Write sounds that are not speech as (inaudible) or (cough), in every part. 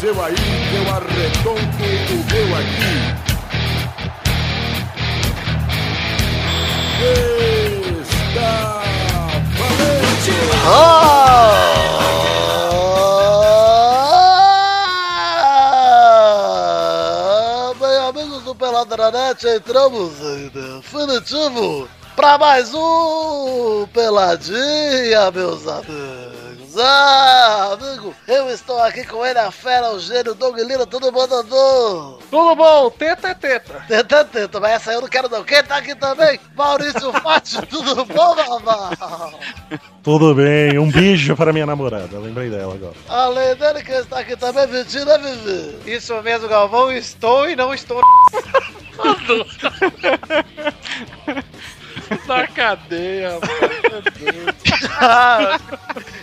seu aí, eu arredonto o meu aqui. Está valente! Ah! Bem, amigos do Peladranet, entramos em definitivo para mais um Peladinha, meus amigos. Ah, amigo, eu estou aqui com ele, a fera, o gênio, Doug Lira, tudo bom, Dodô? Tudo bom, teta é teta. Tenta, tenta, mas essa eu não quero não. Quem tá aqui também? Maurício Fátio, (laughs) tudo bom, Babal? Tudo bem, um beijo para minha namorada, lembrei dela agora. Além dele, quem está aqui também é Vitinho, né, Vivi? Isso mesmo, Galvão, estou e não estou (laughs) na cadeia, mano. Ah,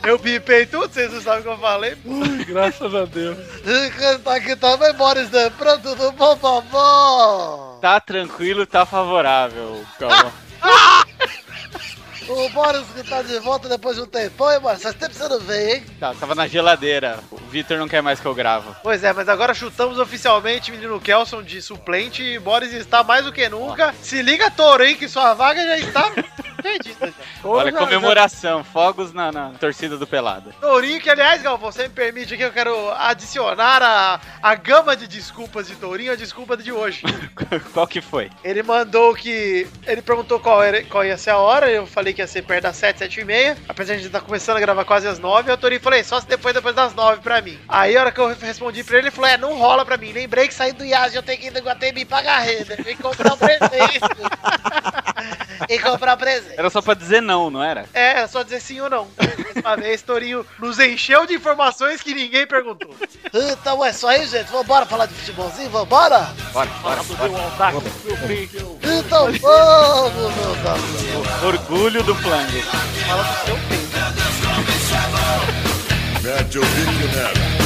eu bipei tudo, vocês não sabem o que eu falei? Ui, graças a Deus. E quem tá aqui também, Boris Depran, tudo bom, vovó? Tá tranquilo, tá favorável, calma. O Boris que tá de volta depois de um tempão, hein, Boris? Faz tempo que você não vem, hein? Tá, tava na geladeira. O Vitor não quer mais que eu gravo. Pois é, mas agora chutamos oficialmente menino Kelson de suplente e Boris está mais do que nunca. Se liga, Toro, hein, que sua vaga já está. (laughs) perdida. Olha, comemoração, fogos na, na torcida do Pelada. (laughs) Tourinho, que aliás, Galvão, você me permite aqui, eu quero adicionar a, a gama de desculpas de Tourinho à desculpa de hoje. Qual que foi? Ele mandou que. Ele perguntou qual, era, qual ia ser a hora. Eu falei que ia ser perto das 7, 7 e meia. Apesar de a gente tá começando a gravar quase às 9. Eu tô ali e falei, só se depois, depois das 9 pra mim. Aí a hora que eu respondi pra ele, ele falou: é, não rola pra mim. Lembrei que saindo do Iage eu tenho que ir no Guatemi pagar renda. Tem que comprar (laughs) um presente. e comprar um presente. Era só pra dizer não, não era? É, é só dizer sim ou não. Uma vez, Torinho nos encheu de informações que ninguém perguntou. Então é isso aí, gente. Vambora falar de futebolzinho, vambora? Bora, bora, bora. Então vamos, meu amigos. Orgulho do Flandes. Mete o bico nela.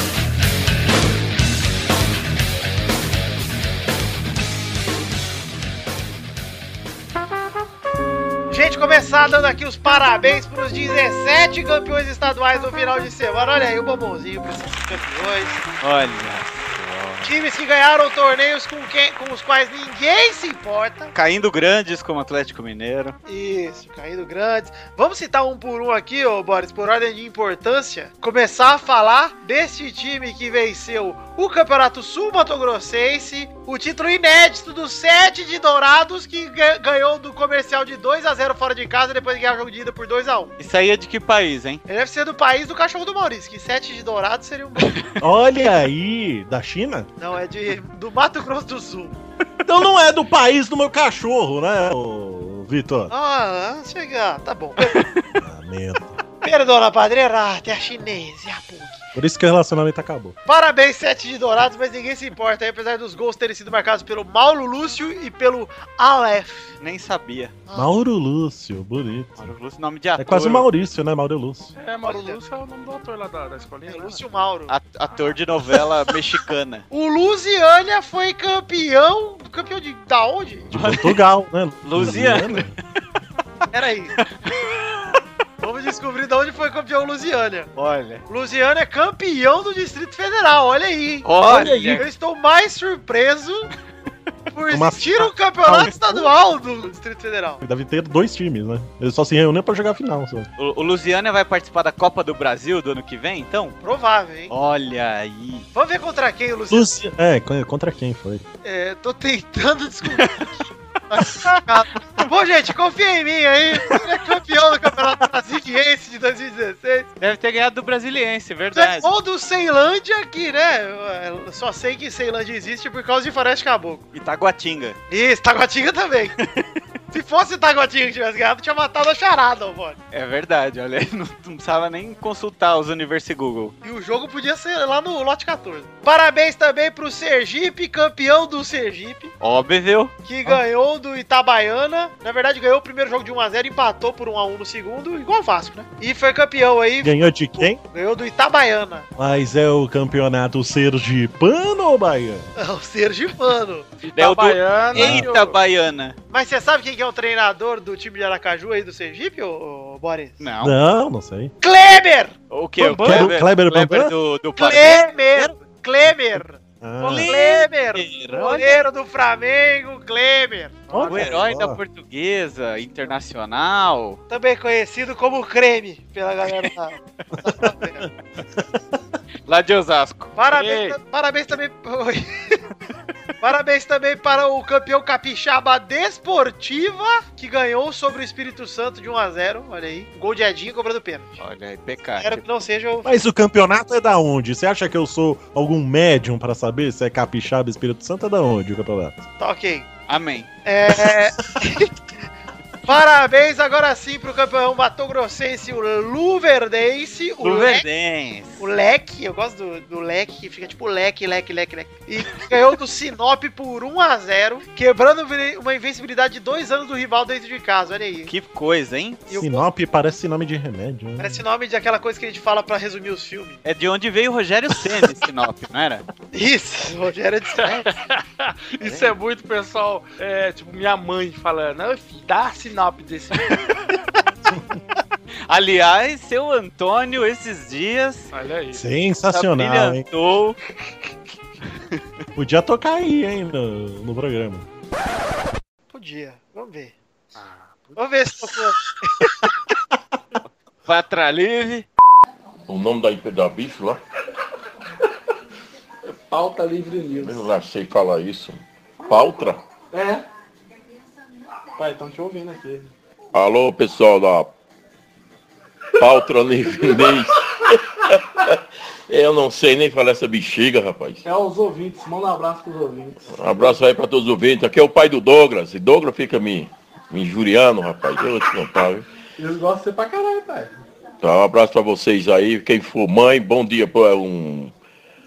Gente, começar dando aqui os parabéns para os 17 campeões estaduais no final de semana. Olha aí o bombonzinho para esses campeões. Olha. Times que ganharam torneios com, quem, com os quais ninguém se importa. Caindo grandes como Atlético Mineiro. Isso, caindo grandes. Vamos citar um por um aqui, ô Boris, por ordem de importância. Começar a falar deste time que venceu o Campeonato Sul-Mato-Grossense, o título inédito do 7 de Dourados, que ga- ganhou do comercial de 2 a 0 fora de casa, depois de ganhar o jogo de ida por 2 a 1 Isso aí é de que país, hein? Ele deve ser do país do cachorro do Maurício, que 7 de Dourados seria um bom. Olha aí, da China? Não, é de, do Mato Grosso do Sul. Então não é do país do meu cachorro, né, ô, Vitor? Ah, chegar, tá bom. Ah, merda. Perdona, padreira, até a chinesa e a pug. Por isso que o relacionamento acabou. Parabéns, 7 de Dourados, mas ninguém se importa, aí, apesar dos gols terem sido marcados pelo Mauro Lúcio e pelo Aleph. Nem sabia. Mauro Lúcio, bonito. Mauro Lúcio, nome de ator. É quase Maurício, né, Mauro Lúcio? É, Mauro Lúcio é o nome do ator lá da, da escolinha. É né? Lúcio Mauro. A- Ator de novela (laughs) mexicana. O Lusiânia foi campeão. Campeão de. Da onde? De Portugal, né? Lusiana. Peraí. Vamos descobrir da onde foi campeão o Lusiânia. Olha. Lusiânia é campeão do Distrito Federal, olha aí. hein? Olha Eu estou mais surpreso por Uma- existir um campeonato estadual do Distrito Federal. Deve ter dois times, né? Eles só se reuniam pra jogar a final, só. O, o Lusiana vai participar da Copa do Brasil do ano que vem, então? Provável, hein? Olha aí. Vamos ver contra quem o Luciano. Lúcio... É, co- contra quem foi? É, tô tentando descobrir. (laughs) Bom, gente, confia em mim aí. Ele é campeão do Campeonato Brasiliense de 2016. Deve ter ganhado do Brasiliense, é verdade. Ou é do Ceilândia aqui, né? Eu só sei que Ceilândia existe por causa de Floresta Caboclo. Itaguatinga. Isso, Taguatinga também. Se fosse Taguatinga que tivesse ganhado, tinha matado a charada, ó, mano. É verdade, olha, (laughs) aí, não, não precisava nem consultar os Universo Google. E o jogo podia ser lá no lote 14. Parabéns também pro Sergipe, campeão do Sergipe. Óbvio. que ganhou do Itabaiana. Na verdade, ganhou o primeiro jogo de 1x0, empatou por 1x1 no segundo, igual o Vasco, né? E foi campeão aí, Ganhou de quem? ganhou do Itabaiana. (laughs) Mas é o campeonato sergipano ou baiano? É O Sergipano. Deu É do- Itabaiana, Eita, Baiana. Mas você sabe quem que é o treinador do time de Aracaju aí do Sergipe, ô, ô, Boris? Não. Não, não sei. Kleber! O que? O Bambam? Kleber, Kleber Kleber Bambam? do, do Paraná. Kleber! Klemer. Ah, O Klemer. Klemer, Goleiro do Flamengo, Klemer. olha O um herói só. da portuguesa, internacional. Também conhecido como Creme pela galera. (laughs) da- Lá de Osasco. Parabéns, Ei, parabéns também. Oi. (laughs) parabéns também para o campeão capixaba desportiva, que ganhou sobre o Espírito Santo de 1x0. Olha aí. um Gol de Edinho cobrando pênalti. Olha aí, pecado. Espero que não seja o. Mas o campeonato é da onde? Você acha que eu sou algum médium pra saber se é capixaba, Espírito Santo? É da onde o campeonato? Tá ok. Amém. É. Parabéns agora sim pro campeão Mato Grossense, o Luverdense. O O Leque, Verdense. o Leque, eu gosto do, do Leque, que fica tipo Leque, Leque, Leque, Leque. E ganhou do Sinop por 1x0, quebrando vi- uma invencibilidade de dois anos do rival dentro de casa, olha aí. Que coisa, hein? E o- Sinop parece nome de remédio. né? Parece nome de aquela coisa que a gente fala pra resumir os filmes. É de onde veio o Rogério Senna, esse Sinop, não (laughs) era? Isso, Rogério é de Sinop. Isso é muito, pessoal. É, tipo, minha mãe falando, "Ah, filho, dá a sinop desse. Aliás, seu Antônio, esses dias. Olha aí. Sensacional, hein? abrilhantou. Podia tocar aí, hein, no, no programa. Podia, vamos ver. Ah, Vamos ver se tocou. Patralive. O nome da, empre- da bicho lá? Pauta Livre News. Eu não sei falar isso. Pautra? É. Pai, estão te ouvindo aqui. Alô, pessoal da Pautra (laughs) Livinês. Eu não sei nem falar essa bexiga, rapaz. É os ouvintes, manda um abraço pros ouvintes. Um abraço aí pra todos os ouvintes. Aqui é o pai do Douglas. E Douglas fica me, me injuriando, rapaz. Eu vou te contar, viu? Eles gostam de você pra caralho, pai. Tá, um abraço pra vocês aí. Quem for mãe, bom dia. pô, é Um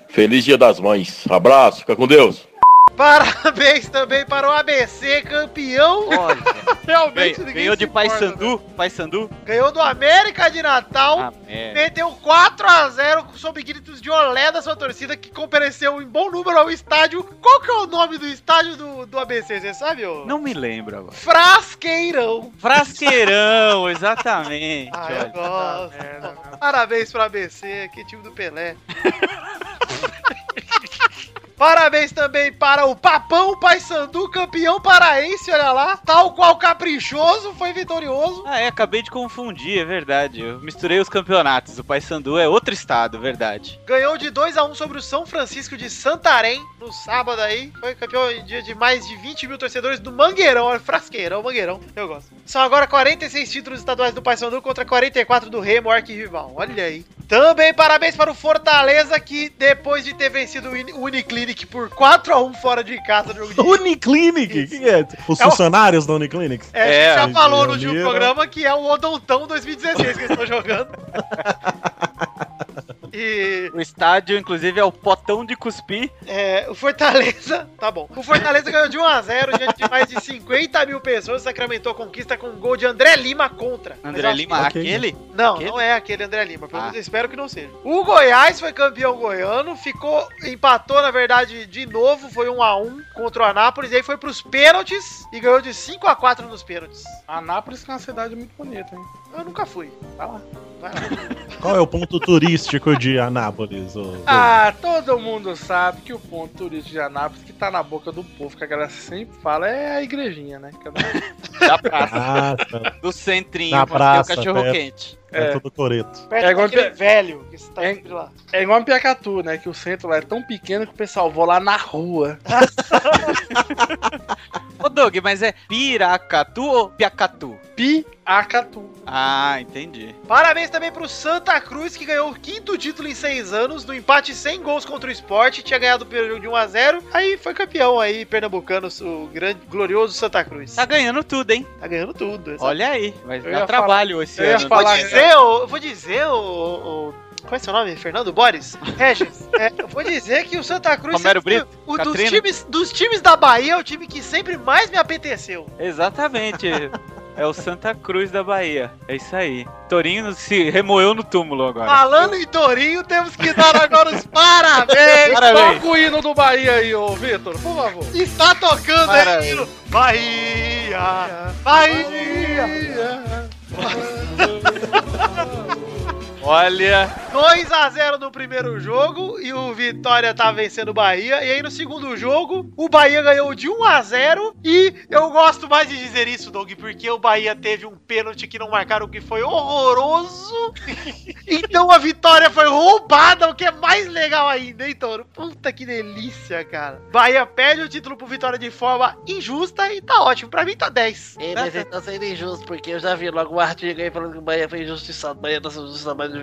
feliz dia das mães. Abraço, fica com Deus. Parabéns também para o ABC, campeão. (laughs) Olha, (laughs) Realmente ganhou- ninguém ganhou se de importa, né? Paysandu. Paysandu. Ganhou do América de Natal. Ah, merda. Meteu 4x0 sob gritos de olé da sua torcida, que compareceu em bom número ao estádio. Qual que é o nome do estádio do, do ABC, você sabe, ô? Não me lembro agora. Frasqueirão. Frasqueirão, exatamente. Ah, olha. eu gosto. Tá, merda, meu. Parabéns pro ABC, que time do Pelé. (laughs) Parabéns também para o Papão Paysandu, campeão paraense, olha lá. Tal qual caprichoso, foi vitorioso. Ah, é, acabei de confundir, é verdade. Eu misturei os campeonatos. O Paysandu é outro estado, verdade. Ganhou de 2 a 1 sobre o São Francisco de Santarém no sábado aí. Foi campeão em dia de mais de 20 mil torcedores do Mangueirão. Olha, frasqueirão, Mangueirão. Eu gosto. São agora 46 títulos estaduais do Paysandu contra 44 do Remo, arquirrival. Olha aí. Também parabéns para o Fortaleza, que depois de ter vencido o Uni- o Uniclinic por 4 a 1 fora de casa no jogo de... Uniclinic? O que que é? Os É o- funcionários da Uniclinic? É, a gente já É, falou no ali último era- programa que é o Odontão 2016 que eles estão (laughs) jogando. E O estádio, inclusive, é o potão de cuspir. É, o Fortaleza. (laughs) Tá bom. O Fortaleza ganhou de 1x0 diante de mais de 50 mil pessoas. Sacramentou a conquista com um gol de André Lima contra. Mas eu André acho Lima, ok. aquele? que- Não, aquele? não é aquele André Lima. Pelo menos Ah. eu espero que não seja. O Goiás foi campeão goiano. Ficou. Empatou, na verdade, de novo. Foi 1x1 contra o Anápolis. E aí foi pros pênaltis. E ganhou de 5x4 nos pênaltis. Anápolis que é uma cidade muito bonita, hein? Eu nunca fui. Tá lá. Vai lá. Qual é o ponto turístico de Anápolis? ô? Ah, todo mundo sabe que o ponto turístico de Anápolis, que tá na boca do povo, que a galera sempre fala, é a igrejinha, né? Cada- Da praça. Ah, tá. Do centrinho, Na onde tem praça, o cachorro perto. quente. É todo coreto. Perto É igual daquele pe- velho que está É- sempre lá. É igual a Piacatu, né? Que o centro lá é tão pequeno que o pessoal vou lá na rua. Ô, Doug, mas é Piracatu ou Piacatu? Piacatu. Ah, entendi. Parabéns também pro Santa Cruz, que ganhou o quinto título em seis anos, no empate sem gols contra o esporte, tinha ganhado pelo jogo de 1x0, aí foi campeão aí, pernambucano, o grande, glorioso Santa Cruz. Tá ganhando tudo, hein? Tá ganhando tudo. exato. Olha aí. Mas Eu dá ia trabalho esse eu ia ano. né? vou falar- dizer, ô- eu vou dizer, o, qual é seu nome? Fernando (laughs) Boris? Regis. É, eu vou dizer que o Santa Cruz... Romero sempre- o, dos, Catrina. times, dos times da Bahia, é o time que sempre mais me apeteceu. Exatamente. (laughs) É o Santa Cruz da Bahia. É isso aí. Torinho se remoeu no túmulo agora. Falando em Torinho, temos que dar agora os parabéns! (laughs) Parabéns. Toca o hino do Bahia aí, ô Vitor, por favor. Está tá tocando Parabéns. aí, Nilo. Bahia! Bahia! Olha, 2x0 no primeiro jogo e o Vitória tá vencendo o Bahia. E aí no segundo jogo, o Bahia ganhou de 1x0. E eu gosto mais de dizer isso, Doug, porque o Bahia teve um pênalti que não marcaram, que foi horroroso. então a vitória foi roubada, o que é mais legal ainda, hein, Toro? Puta que delícia, cara. Bahia perde o título pro Vitória de forma injusta e tá ótimo. Pra mim tá 10. Ei, mas ele tá sendo injusto, porque eu já vi logo um artigo aí falando que o Bahia foi injustiçado. O Bahia tá sendo injustiçado mais injustiçado.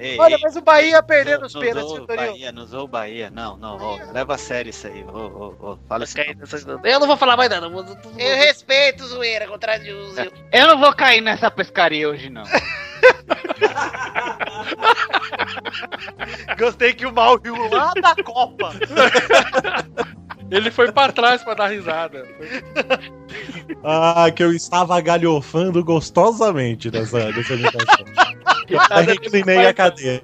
Ei, Olha, ei, mas o Bahia perdendo não- os não pênaltis, zoa o Vitorino. Bahia, não zoa o Bahia. Não, não, ô, leva a sério isso aí. Ô, ô, ô, fala isso aí. Eu não vou falar mais nada. Eu, vou- Eu respeito zoeira contra o Zil. Eu não vou cair nessa pescaria hoje, (laughs) não. Gostei que o mal riu lá da Copa. Ele foi pra trás pra dar risada. Ah, que eu estava galhofando gostosamente nessa, nessa imitação. Até reclinei a cadeira.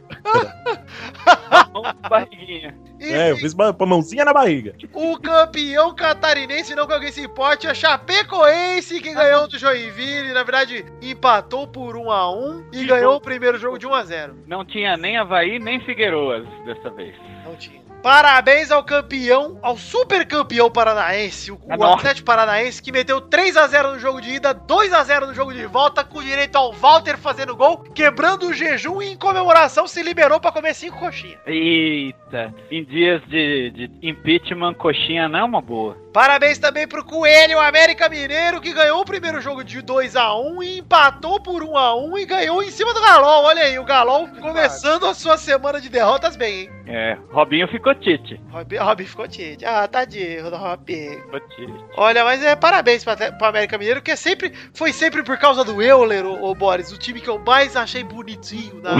Barriguinha. É, eu Enfim, fiz uma uma mãozinha na barriga. o campeão catarinense, não que alguém se importe, é a Chapecoense, que ganhou do Joinville. Na verdade, empatou por 1x1 e ganhou o primeiro jogo de 1x0. Não tinha nem Havaí, nem Figueiroas dessa vez. Não tinha. Parabéns ao campeão, ao super campeão paranaense, o, Tá o Enorme. Atlético Paranaense, que meteu 3x0 no jogo de ida, 2x0 no jogo de volta, com direito ao Walter fazendo gol, quebrando o jejum e em comemoração se liberou pra comer cinco coxinhas. Eita, em dias de, de impeachment, coxinha não é uma boa. Parabéns também pro Coelho, o América Mineiro, que ganhou o primeiro jogo de 2x1 e empatou por 1x1 e ganhou em cima do Galol. Olha aí, o Galol começando a sua semana de derrotas bem, hein? É, Robinho ficou tite. Rob, Rob ficou tite. Ah, tadinho do Rob. Ficou tite. Olha, mas é parabéns pra, pro América Mineiro, que é sempre, foi sempre por causa do Euler, ô, ô Boris, o time que eu mais achei bonitinho. Na...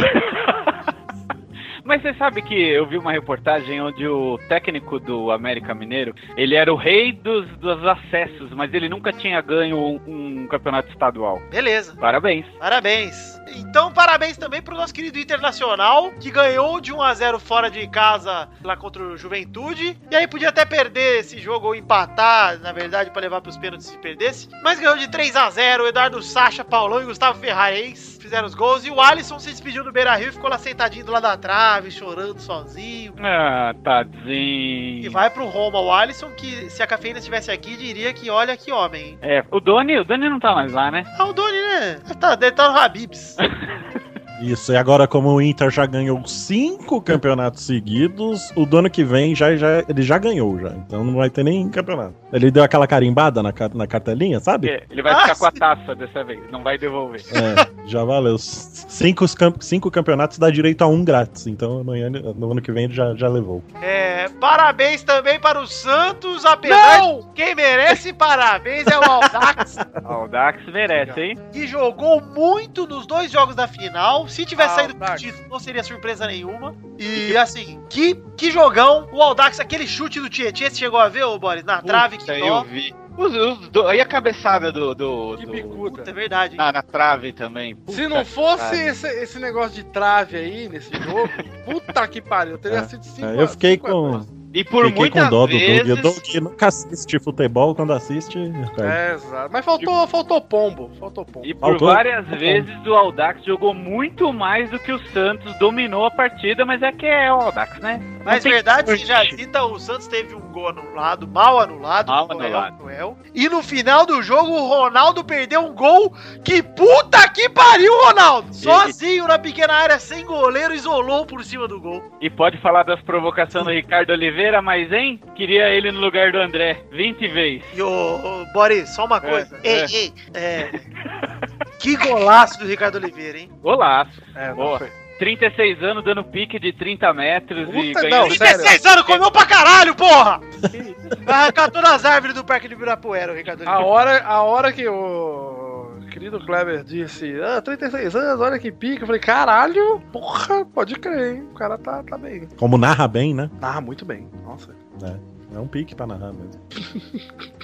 Mas você sabe que eu vi uma reportagem onde o técnico do América Mineiro, ele era o rei dos, dos acessos, mas ele nunca tinha ganho um, um campeonato estadual. Beleza, Parabéns. parabéns. Então, parabéns também pro nosso querido Internacional, que ganhou de 1x0 fora de casa lá contra o Juventude. E aí podia até perder esse jogo ou empatar, na verdade, pra levar pros pênaltis se perdesse. Mas ganhou de 3x0. Eduardo Sacha, Paulão e Gustavo Ferrares fizeram os gols. E o Alisson se despediu do Beira Rio e ficou lá sentadinho do lado da trave, chorando sozinho. Ah, E tadinho. vai pro Roma, o Alisson, que se a cafeína estivesse aqui, diria que olha que homem, hein? É, o Doni, o Doni não tá mais lá, (laughs) né? Ah, o Doni, né? Tá, deve tá no Habibs. Isso, e agora como o Inter já ganhou cinco campeonatos seguidos, o do ano que vem já, já, ele já ganhou, já. Então não vai ter nem campeonato. Ele deu aquela carimbada na, car- na cartelinha, sabe? É, Ele vai Ah, ficar com a sim. taça dessa vez, não vai (laughs) devolver. É, já valeu. C- Cinco, os camp- cinco campeonatos dá direito a um grátis. Então amanhã, no ano que vem, ele já, já levou. É, parabéns também para o Santos, apesar de quem merece parabéns é o (laughs) Aldax, Ah, o Dax merece, hein? que jogou muito nos dois jogos da final. Se Ah, tivesse saído com o Aldax. título, não seria surpresa nenhuma. E assim, que, que jogão. O Aldax, aquele chute do Tietchan, você chegou a ver, ô Boris? Na trave, Puta, que eu dó. vi. Os, os do- E a cabeçada do. do, Que do- Puta, bicuda. é verdade. hein? na, na trave também. Puta Se não fosse cara. esse, esse negócio de trave aí nesse jogo, puta que pariu, teria sido 5 É, eu fiquei com, E por fiquei muitas com dó vezes. do Doug. O Doug nunca assiste futebol, quando assiste... perde. É, exato. Mas faltou, faltou pombo. Faltou pombo. E por Faltou- várias vezes o Aldax jogou muito mais do que o Santos, dominou a partida, mas é que é o Aldax, né? Mas Não tem verdade sorte. seja dita, o Santos teve um gol anulado, mal anulado, Mal cruel, anulado. cruel. E no final do jogo, o Ronaldo perdeu um gol que puta que pariu, Ronaldo! Sozinho na pequena área, sem goleiro, isolou por cima do gol. E pode falar das provocações do Ricardo Oliveira, mas hein? Queria ele no lugar do André 20 vezes. E ô, ô, Boris, só uma coisa. Ei, É. ei, É. Que golaço do Ricardo Oliveira, hein? Golaço. É, não Boa. foi. 36 anos dando pique de 30 metros e Puta, ganhando. não, sério. 16 anos, comeu pra caralho, porra! Vai arrancar todas as árvores do Parque de Ibirapuera, o Ah, Ricardo A Oliveira. hora, a hora que o querido Kleber disse, ah, 36 anos, olha que pica, eu falei, caralho, porra, pode crer, hein? O cara tá, tá bem. Como narra bem, né? Narra muito bem, nossa. É um pique pra narrar mesmo.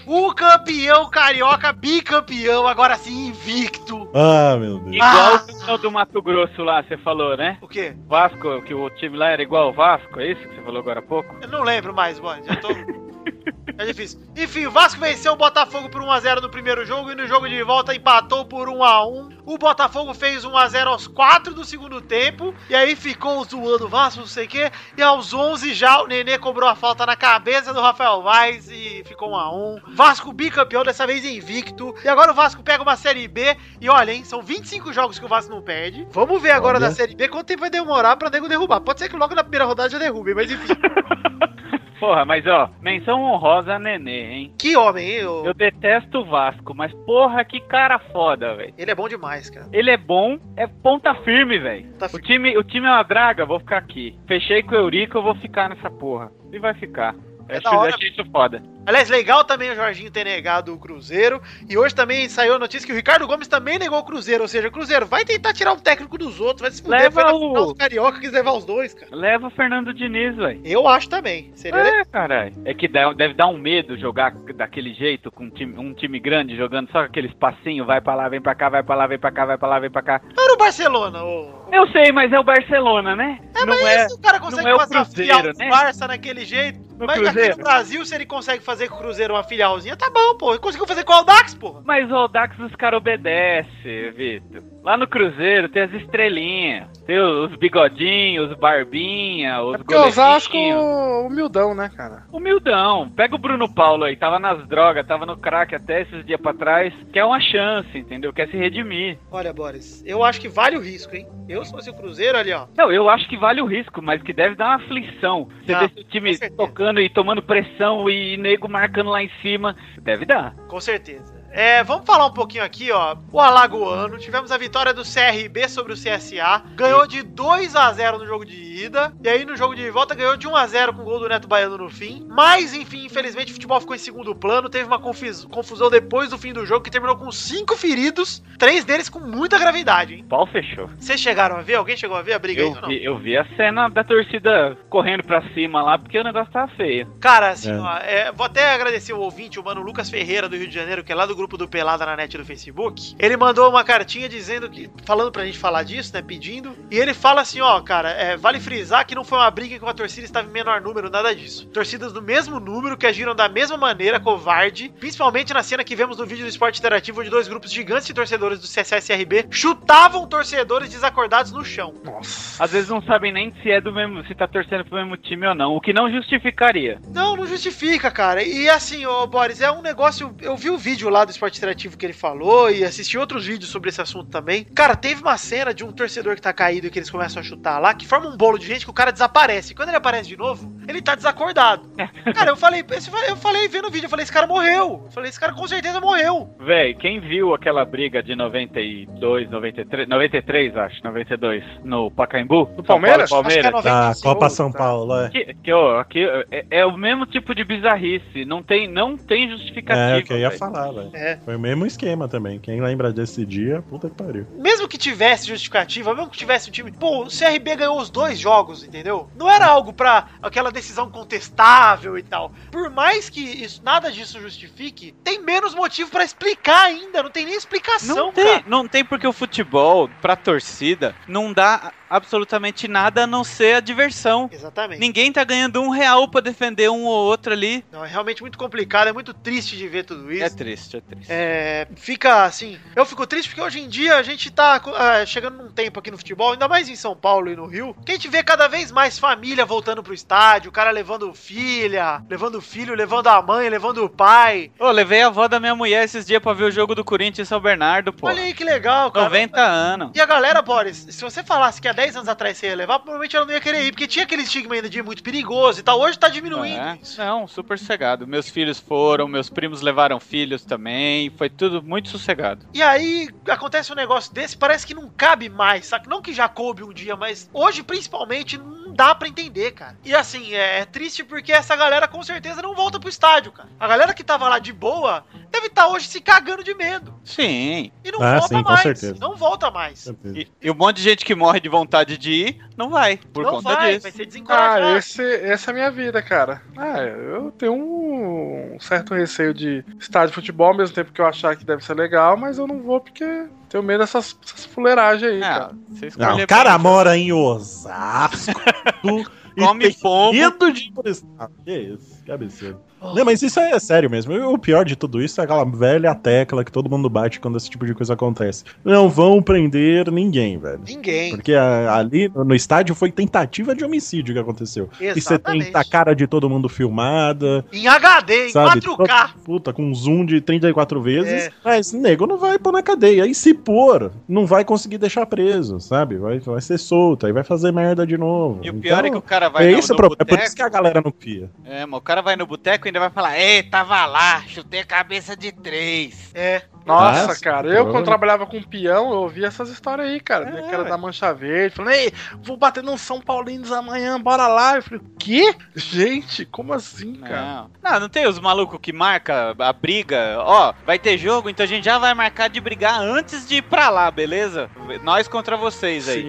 O campeão carioca, bicampeão, agora sim invicto. Ah, meu Deus. Igual o Ah! final do Mato Grosso lá, você falou, né? O quê? Vasco, que o time lá era igual ao Vasco, é isso que você falou agora há pouco? Eu não lembro mais, mano. Já tô. É difícil. Enfim, o Vasco venceu o Botafogo por 1x0 no primeiro jogo e no jogo de volta empatou por 1x1. O Botafogo fez 1x0 aos 4 do segundo tempo e aí ficou zoando o Vasco, não sei o quê. E aos 11 já o Nenê cobrou a falta na cabeça do Rafael Vaz e ficou 1x1. Vasco bicampeão, dessa vez invicto. E agora o Vasco pega uma Série B e olha, hein, são 25 jogos que o Vasco não perde. Vamos ver agora Olha. da Série B quanto tempo vai demorar pra nego derrubar. Pode ser que logo na primeira rodada já derrube, mas enfim. Porra, mas ó, menção honrosa a Nenê, hein? que homem, hein? ô? Eu detesto o Vasco, mas porra, que cara foda, velho. Ele é bom demais, cara. Ele é bom, é ponta firme, velho. Tá O fi- time, o time é uma draga, vou ficar aqui. Fechei com o Eurico, eu vou ficar nessa porra. E vai ficar. É Acho- da hora. achei isso foda. Aliás, legal também o Jorginho ter negado o Cruzeiro. E hoje também saiu a notícia que o Ricardo Gomes também negou o Cruzeiro. Ou seja, o Cruzeiro vai tentar tirar o técnico dos outros, vai se fuder. Leva foi na o- final, os carioca quis levar os dois, cara. Leva o Fernando Diniz, velho. Eu acho também. Seria legal. É, caralho. É que dá- deve dar um medo jogar daquele jeito, com um time, um time grande jogando só aquele espacinho, vai pra lá, vem pra cá, vai pra lá, vem pra cá, vai pra lá, vem pra cá. Era o Barcelona, ô. Eu sei, mas é o Barcelona, né? É, não mas é. se o cara consegue não é o fazer a Cruzeiro, filial do né? Barça naquele jeito. No mas aqui Cruzeiro. no Brasil, se ele consegue fazer com o Cruzeiro uma filialzinha, tá bom, pô. Ele conseguiu fazer com o Aldax, pô. Mas o Aldax os caras obedecem, Vitor. Lá no Cruzeiro tem as estrelinhas, tem os bigodinhos, os barbinha, os É é porque o Vasco humildão, né, cara? Humildão. Pega o Bruno Paulo aí, tava nas drogas, tava no crack até esses dias pra trás. Quer uma chance, entendeu? Quer se redimir. Olha, Boris, eu acho que vale o risco, hein? Eu, se fosse o Cruzeiro ali, ó. Não, eu acho que vale o risco, mas que deve dar uma aflição. Você Dá, Ah, vê seu time com certeza. tocando e tomando pressão e nego marcando lá em cima. Deve dar. Com certeza. É, vamos falar um pouquinho aqui, ó. O Alagoano, tivemos a vitória do CRB sobre o CSA, ganhou de 2 a 0 no jogo de ida, e aí no jogo de volta ganhou de 1 a 0 com o gol do Neto Baiano no fim. Mas enfim, infelizmente o futebol ficou em segundo plano, teve uma confis- confusão depois do fim do jogo que terminou com cinco feridos, três deles com muita gravidade, hein? O pau fechou. Vocês chegaram a ver? Alguém chegou a ver a briga Eu ainda ou não? vi, eu vi a cena da torcida correndo pra cima lá, porque o negócio tava feio. Cara, assim, É. ó, é, vou até agradecer o ouvinte, o mano Lucas Ferreira do Rio de Janeiro, que é lá do grupo do Pelada na net do Facebook. Ele mandou uma cartinha dizendo que, falando pra gente falar disso, né, pedindo. E ele fala assim, ó, cara, é, vale frisar que não foi uma briga que uma torcida estava em menor número, nada disso. Torcidas do mesmo número que agiram da mesma maneira, covarde, principalmente na cena que vemos no vídeo do esporte interativo onde dois grupos gigantes de torcedores do CSSRB chutavam torcedores desacordados no chão. Nossa. Às vezes não sabem nem se é do mesmo, se tá torcendo pro mesmo time ou não, o que não justificaria. Não, não justifica, cara. E assim, ô Boris, é um negócio. Eu vi o vídeo lá do esporte interativo que ele falou e assisti outros vídeos sobre esse assunto também. Cara, teve uma cena de um torcedor que tá caído e que eles começam a chutar lá, que forma um bolo de gente que o cara desaparece. Quando ele aparece de novo, ele tá desacordado. Cara, eu falei, esse- eu falei vendo o vídeo, eu falei, esse cara morreu. Eu falei, esse cara com certeza morreu. Véi, quem viu aquela briga de 92, 93, 93 acho, 92, no Pacaembu? No Palmeiras? Palmeiras. Acho que é Da 95, Ah, Copa São tá? Paulo, é. Que, que, ó, que, é, é o mesmo tipo de bizarrice, não tem, não tem justificativa. É, o que eu ia véi. falar, velho. É. Foi o mesmo esquema também. Quem lembra desse dia, puta que pariu. Mesmo que tivesse justificativa, mesmo que tivesse o time. Pô, o CRB ganhou os dois jogos, entendeu? Não era algo pra aquela decisão contestável e tal. Por mais que isso, nada disso justifique, tem menos motivo pra explicar ainda. Não tem nem explicação, Não cara. tem, não tem porque o futebol, pra torcida, não dá absolutamente nada a não ser a diversão. Exatamente. Ninguém tá ganhando um real pra defender um ou outro ali. Não, é realmente muito complicado, é muito triste de ver tudo É isso. triste, é triste. É, fica assim. Eu fico triste porque hoje em dia a gente tá ah, chegando num tempo aqui no futebol, ainda mais em São Paulo e no Rio, que a gente vê cada vez mais família voltando pro estádio, o cara levando filha, levando o filho, levando a mãe, levando o pai. Ô, levei a avó da minha mulher esses dias pra ver o jogo do Corinthians e São Bernardo, pô. Olha aí que legal, cara. tá 90 anos. E a galera, Boris, se você falasse que há 10 anos atrás você ia levar, provavelmente ela não ia querer ir, porque tinha aquele estigma ainda de ir muito perigoso e tal. Hoje tá diminuindo É, isso. não, super sossegado. Meus filhos foram, meus primos levaram filhos também. Foi tudo muito sossegado. E aí acontece um negócio desse, parece que não cabe mais, saca? Não que já coube um dia, mas hoje principalmente não dá pra entender, cara. E assim, é, é triste porque essa galera com certeza não volta pro estádio, cara. A galera que tava lá de boa deve estar hoje se cagando de medo. Sim. E não Ah, volta sim, com mais. certeza. É Não volta mais. E, e um monte de gente que morre de vontade de ir, não vai. Por não conta vai, disso. vai ser Ah, desencorajado. esse, essa é a minha vida, cara. Ah, eu tenho um certo receio de estádio de futebol, ao mesmo tempo que eu achar que deve ser legal, mas eu não vou porque tenho medo dessas, dessas fuleiragens É, aí, cara. Ah, você escolhe Não, bem, o cara cara. mora em Osasco. Come (laughs) e tem pombo. medo de ir pro estádio. Ah, Que isso, Que absurdo. Não, mas isso é sério mesmo. E O pior de tudo isso é aquela velha tecla que todo mundo bate quando esse tipo de coisa acontece. Não vão prender ninguém, velho. Ninguém. Porque a- ali no estádio foi tentativa de homicídio que aconteceu. E você tem Exatamente. a cara de todo mundo filmada. Em HD, em Sabe, 4K. Puta, com um zoom de 34 vezes, É. mas nego não vai pôr na cadeia. E se pôr, não vai conseguir deixar preso, sabe? Vai, vai ser solto, aí vai fazer merda de novo. E o pior é que o cara vai é no- isso o no problema. É por boteco. isso que a galera não pia. É, mas o cara vai no boteco e ainda vai falar: Ei, tava lá, chutei a cabeça de três. É. Nossa, Nossa, cara, que eu horror. quando trabalhava com peão, eu ouvia essas histórias aí, cara. É, que era da Mancha Verde, falando, ei, vou bater num São Paulinos amanhã, bora lá. Eu falei, o quê? Gente, como assim, cara? Não. não, não tem os malucos que marca a briga. Ó, vai ter jogo, então a gente já vai marcar de brigar antes de ir pra lá, beleza? Nós contra vocês aí.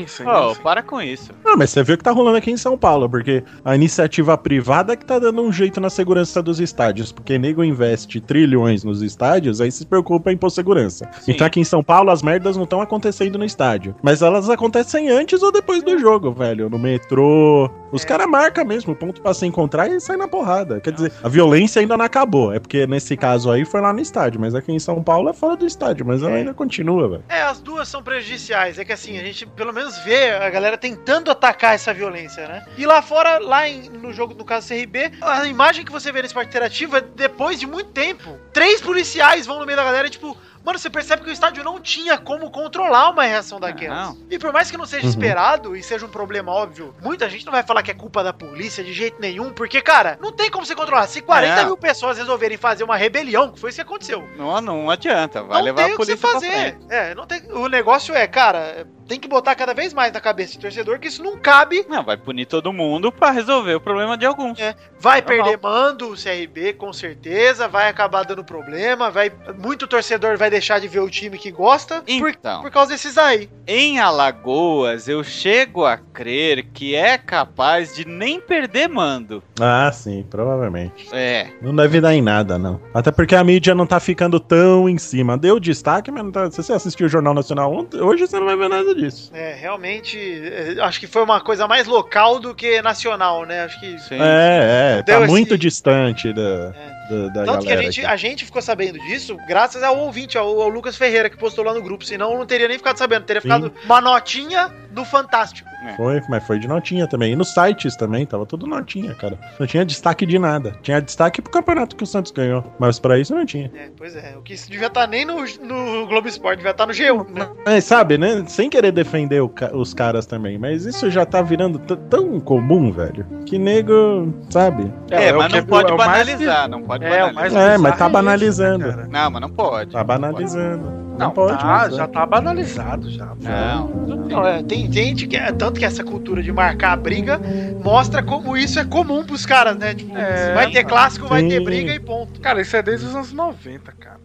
Sim, sim. Ó, para com isso. Não, mas você viu o que tá rolando aqui em São Paulo, porque a iniciativa privada é que tá dando um jeito na segurança dos estádios, porque nego investe trilhões nos estádios, aí se preocupa em pôr segurança. Então aqui em São Paulo as merdas não estão acontecendo no estádio, mas elas acontecem antes ou depois do jogo, velho, no metrô. Os caras marcam mesmo o ponto pra se encontrar e sai na porrada. Quer dizer, a violência ainda não acabou, é porque nesse caso aí foi lá no estádio, mas aqui em São Paulo é fora do estádio, mas ela ainda continua, velho. É, as duas são prejudiciais. É que assim, a gente pelo menos vê a galera tentando atacar essa violência, né? E lá fora, lá em- no jogo, no caso CRB, a imagem que você vê nesse parque interativo é depois de muito tempo. Três policiais vão no meio da galera e tipo. Mano, você percebe que o estádio não tinha como controlar uma reação daquelas. E por mais que não seja Uhum. esperado e seja um problema óbvio, muita gente não vai falar que é culpa da polícia de jeito nenhum, porque, cara, não tem como você controlar. Se 40 É. mil pessoas resolverem fazer uma rebelião, que foi isso que aconteceu, Não, não adianta, vai não levar tem a o que polícia você fazer. É, não tem. O negócio é, cara, tem que botar cada vez mais na cabeça do torcedor que isso não cabe. Não, vai punir todo mundo pra resolver o problema de alguns. É, vai Tá perder mando o CRB, com certeza, vai acabar dando problema, vai muito torcedor vai deixar de ver o time que gosta por, Então. por causa desses aí. Em Alagoas, eu chego a crer que é capaz de nem perder mando. Ah, sim, provavelmente. É. Não deve dar em nada, não. Até porque a mídia não tá ficando tão em cima. Deu destaque, mas não tá... se você assistiu o Jornal Nacional ontem, hoje você não vai ver nada disso. É, realmente, é, acho que foi uma coisa mais local do que nacional, né? Acho que é, é, Deu tá esse- muito distante da, da, da Tanto que a galera gente, aqui. a gente ficou sabendo disso graças ao ouvinte, ao, ao Lucas Ferreira, que postou lá no grupo. Senão eu não teria nem ficado sabendo. Teria Sim. ficado uma notinha no Fantástico. Foi, mas foi de notinha também. E nos sites também, tava tudo notinha, cara. Não tinha destaque de nada. Tinha destaque pro campeonato que o Santos ganhou. Mas pra isso não tinha. É, pois é. O que isso devia estar nem no, no Globo Esporte, devia estar no G1, né? Mas sabe, né? Sem querer defender o ca- os caras também, mas isso já tá virando t- tão comum, velho. Que nego, sabe? É, mas o que- não pode é o mais banalizar, bizarro. não pode É, o mais banalizar. é, mas tá bizarro banalizando. Não, mas não pode. tá banalizando. Não, Não, pode. né? tá, mas- já tá banalizado já. Não, é, tem gente que. É, tanto que essa cultura de marcar a briga mostra como isso é comum pros caras, né? Tipo, É, vai ter clássico, vai ter Sim. briga e ponto. Cara, isso é desde os anos 90, cara.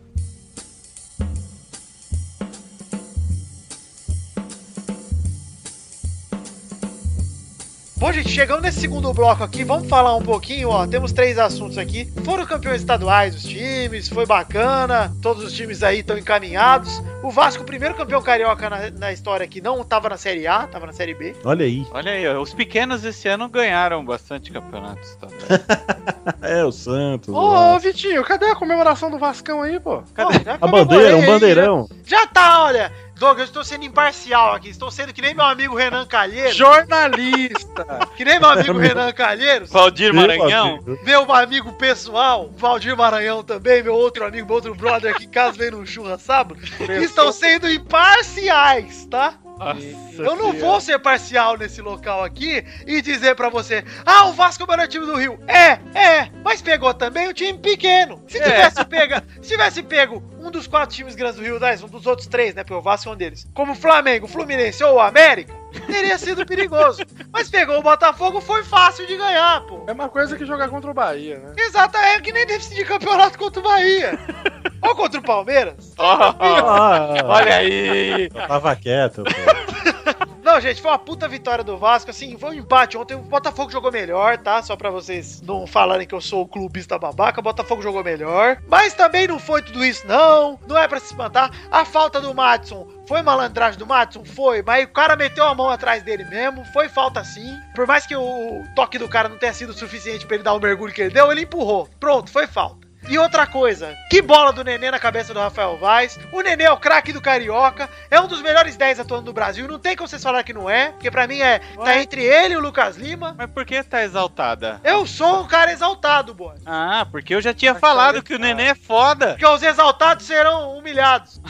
Bom, gente, chegando nesse segundo bloco aqui, vamos falar um pouquinho, ó. Temos três assuntos aqui. Foram campeões estaduais os times, foi bacana. Todos os times aí estão encaminhados. O Vasco, o primeiro campeão carioca na, na história aqui, não tava na Série A, tava na Série B. Olha aí. Olha aí, ó, os pequenos esse ano ganharam bastante campeonatos (laughs) também. (laughs) É, o Santos. Ô, o- ô, Vitinho, cadê a comemoração do Vascão aí, pô? Cadê? a bandeira, um bandeirão. Já tá, olha. Doug, eu estou sendo imparcial aqui. Estou sendo que nem meu amigo Renan (laughs) Calheiros. Jornalista! Que nem meu amigo Renan Calheiros. Valdir Sim, Maranhão. Valdir. Meu amigo pessoal, Valdir Maranhão também, meu outro amigo, meu outro brother que em casa vem no churras sábado, Então, estão sendo imparciais, tá? Eu não vou ser parcial nesse local aqui e dizer pra você, ah, o Vasco é o melhor time do Rio. É, é, mas pegou também o time pequeno. Se É. tivesse, pega, se tivesse pego um dos quatro times grandes do Rio, aliás, um dos outros três, né, porque o Vasco é um deles, como o Flamengo, o Fluminense ou o América, teria sido perigoso. Mas pegou o Botafogo, foi fácil de ganhar, pô. É uma coisa que jogar contra o Bahia, né? Exato, é que nem déficit de campeonato contra o Bahia. ou contra o Palmeiras. Ó, Ah, Olha aí. Eu tava quieto. pô. Não, não, gente, foi uma puta vitória do Vasco. Assim, foi um empate ontem. O Botafogo jogou melhor, tá? Só pra vocês não falarem que eu sou o clubista babaca. O Botafogo jogou melhor. Mas também não foi tudo isso, não. Não é pra se espantar. A falta do Matson foi malandragem do Matson? Foi, mas o cara meteu a mão atrás dele mesmo, foi falta sim. Por mais que o toque do cara não tenha sido suficiente pra ele dar o mergulho que ele deu, ele empurrou. Pronto, foi falta. E outra coisa, que bola do Nenê na cabeça do Rafael Vaz. O Nenê é o craque do Carioca, é um dos melhores 10 atuando do Brasil. Não tem como vocês falar que não é, porque pra mim é. Tá Ué? entre ele e o Lucas Lima. Mas por que tá exaltada? Eu sou um cara exaltado, boy. Ah, porque eu já tinha falado que o neném é foda. Porque os exaltados serão humilhados.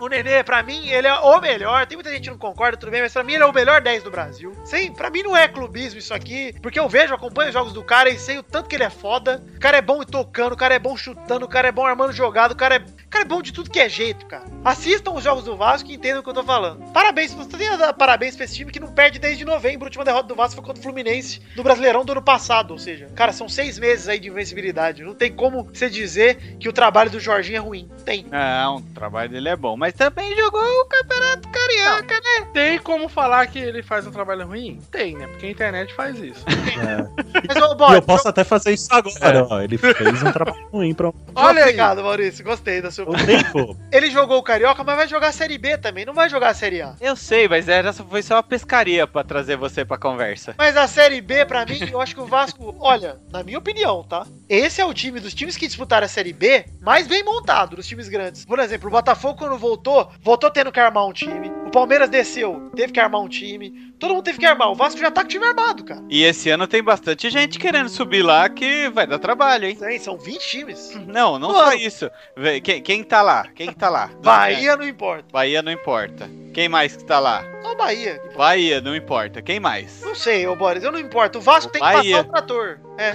O Nenê, pra mim, ele é o melhor. Tem muita gente que não concorda, tudo bem, mas pra mim ele é o melhor 10 do Brasil. Sim, pra mim não é clubismo isso aqui, porque eu vejo, acompanho os jogos do cara e sei o tanto que ele é foda. O cara é bom em tocando, o cara é bom chutando, o cara é bom armando jogado, o cara é, o cara é bom de tudo que é jeito, cara. Assistam os jogos do Vasco e entendam o que eu tô falando. Parabéns, você tem que dar parabéns pra esse time que não perde desde novembro. A última derrota do Vasco foi contra o Fluminense no Brasileirão do ano passado, ou seja, cara, são seis meses aí de invencibilidade. Não tem como você dizer que o trabalho do Jorginho é ruim. Tem. Não, o Ah, trabalho dele é bom, mas também jogou o Campeonato Carioca, né? Tem como falar que ele faz um trabalho ruim? Tem, né? Porque a internet faz isso. Mas, ô, E Boris, eu posso até fazer isso agora. ó. Ele fez um trabalho ruim pra um Olha Obrigado, Maurício. Gostei da sua. tempo. Ele jogou o Carioca, mas vai jogar a Série B também. Não vai jogar a Série A. Eu sei, mas era só- foi só uma pescaria pra trazer você pra conversa. Mas a Série B, pra mim, eu acho que o Vasco. Olha, na minha opinião, tá? Esse é o time dos times que disputaram a Série B mais bem montado, dos times grandes. Por exemplo, o Botafogo, quando voltou, voltou tendo que armar um time. O Palmeiras desceu, teve que armar um time. Todo mundo teve que armar. O Vasco já tá com o time armado, cara. E esse ano tem bastante gente querendo subir lá que vai dar trabalho, hein? Sim, são 20 Hum. times. Não, não Mano. só isso. Vê, Quem, quem tá lá? Quem que tá lá? Bahia não importa. Bahia não importa. Quem mais que tá lá? Só o Bahia. Bahia não importa. Quem mais? Não sei, ô Boris, eu não importo. O Vasco O tem que Bahia. passar o trator. É.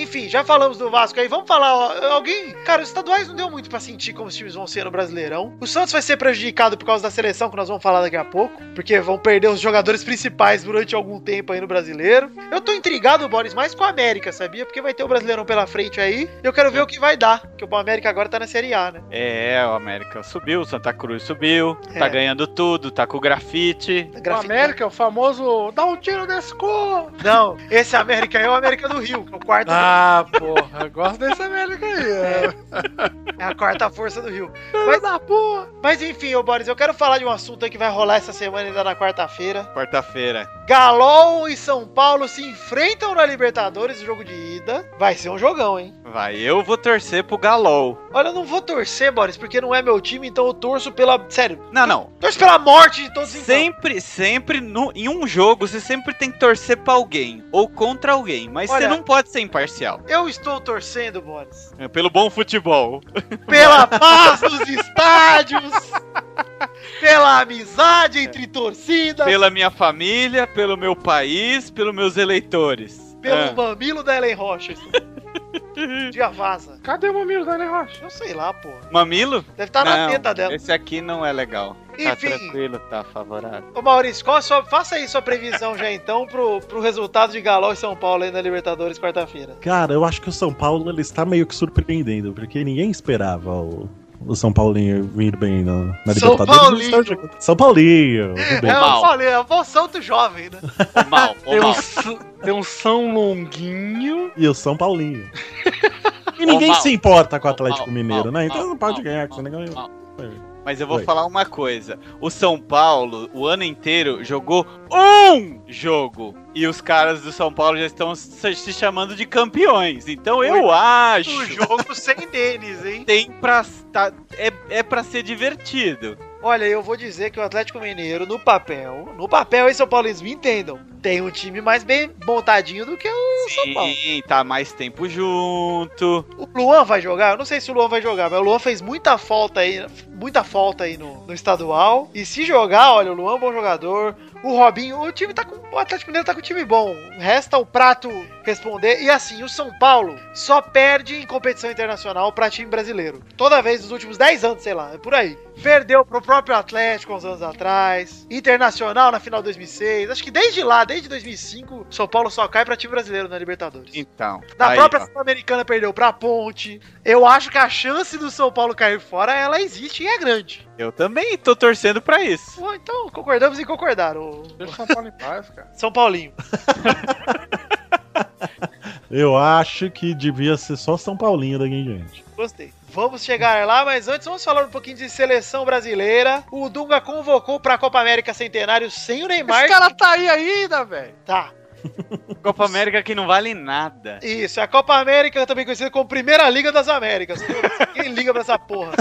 Enfim, já falamos do Vasco aí. Vamos falar, ó, alguém. Cara, os estaduais não deu muito pra sentir como os times vão ser no Brasileirão. O Santos vai ser prejudicado por causa da seleção, que nós vamos falar daqui a pouco. Porque vão perder os jogadores principais durante algum tempo aí no brasileiro. Eu tô intrigado, Boris, mais com a América, sabia? Porque vai ter o Brasileirão pela frente aí. E eu quero ver o que vai dar. Porque o América agora tá na Série A, né? É, o América subiu, o Santa Cruz subiu, tá É. ganhando tudo, tá com o grafite. O Grafite- América, o famoso dá um tiro nesse cu! Não, esse América aí é o América do Rio, que é o quarto Ah, porra, eu gosto desse América aí. É. É a quarta força do Rio. Mas, mas enfim, ô Boris, eu quero falar de um assunto aí que vai rolar essa semana ainda na quarta-feira. Quarta-feira. Galol e São Paulo se enfrentam na Libertadores, jogo de ida. Vai ser um jogão, hein? Vai, eu vou torcer pro Galol. Olha, eu não vou torcer, Boris, porque não é meu time, então eu torço pela. Sério, Não, não. torço pela morte de todos então. em campo. Sempre, sempre, no, em um jogo, você sempre tem que torcer pra alguém ou contra alguém, mas Olha- você não pode ser imparcial. Eu estou torcendo, Boris, É Pelo bom futebol. pela paz dos (laughs) estádios, pela amizade entre torcidas, É. Pela minha família, pelo meu país, pelos meus eleitores. pelo Ah. mamilo da Ellen (laughs) Rocha. Dia vaza. Cadê o mamilo da Ana Rocha? Eu sei lá, porra. Mamilo? Deve estar Tá na Não, teta dela. Esse aqui não é legal. Tá Enfim, tranquilo, tá favorável. ô Maurício, qual a sua- faça aí sua previsão já então pro, pro resultado de Galol e São Paulo aí na Libertadores quarta-feira. Cara, eu acho que o São Paulo ele está meio que surpreendendo, porque ninguém esperava o, o São Paulinho vir bem na, na São Libertadores. Paulinho. São Paulinho! tudo bem. É, eu mal. falei, é a moção do jovem, né? Ô Tá mal, ô Tem um, mal. S- tem um São Longuinho. E o São Paulinho. (laughs) E ninguém Mal. se importa com o Ô, Atlético Mal, Mal, Mineiro, né? Então Mal, não pode Mal, ganhar, que Mal, você nem ganhou. Mal. Mas eu vou Oi. falar uma coisa. O São Paulo, o ano inteiro, jogou um jogo. E os caras do São Paulo já estão se se chamando de campeões. Então eu O acho Um jogo sem deles, hein? que tem pra, tá- é, é pra ser divertido. Olha, eu vou dizer que o Atlético Mineiro, no papel, no papel aí, São Paulinos, me entendam, tem um time mais bem montadinho do que o São Paulo. Sim, tá mais tempo junto. O Luan vai jogar? Eu não sei se o Luan vai jogar, mas o Luan fez muita falta aí, muita falta aí no, no estadual. E se jogar, olha, o Luan é um bom jogador. O Robinho, o time tá com. O Atlético Mineiro tá com um time bom. Resta o prato responder. E assim, o São Paulo só perde em competição internacional pra time brasileiro. Toda vez nos últimos 10 anos, sei lá, é por aí. Perdeu pro próprio Atlético uns anos atrás. Internacional na final 2006. Acho que desde lá, desde 2005, São Paulo só cai pra time brasileiro na Libertadores. Então. Na aí, própria ó. Sul-Americana perdeu pra Ponte. Eu acho que a chance do São Paulo cair fora, ela existe e é grande. Eu também tô torcendo pra isso. Pô, então concordamos em concordar. ô- Deixa o São Paulo em paz, cara. (laughs) São Paulinho. Eu acho que devia ser só São Paulinho daqui em diante. Gostei. Vamos chegar lá, mas antes vamos falar um pouquinho de seleção brasileira. O Dunga convocou pra Copa América Centenário sem o Neymar. Esse cara tá aí ainda, velho. Tá. (laughs) Copa América que não vale nada. Isso, é a Copa América, também conhecida como Primeira Liga das (laughs) Américas. Quem liga pra essa porra?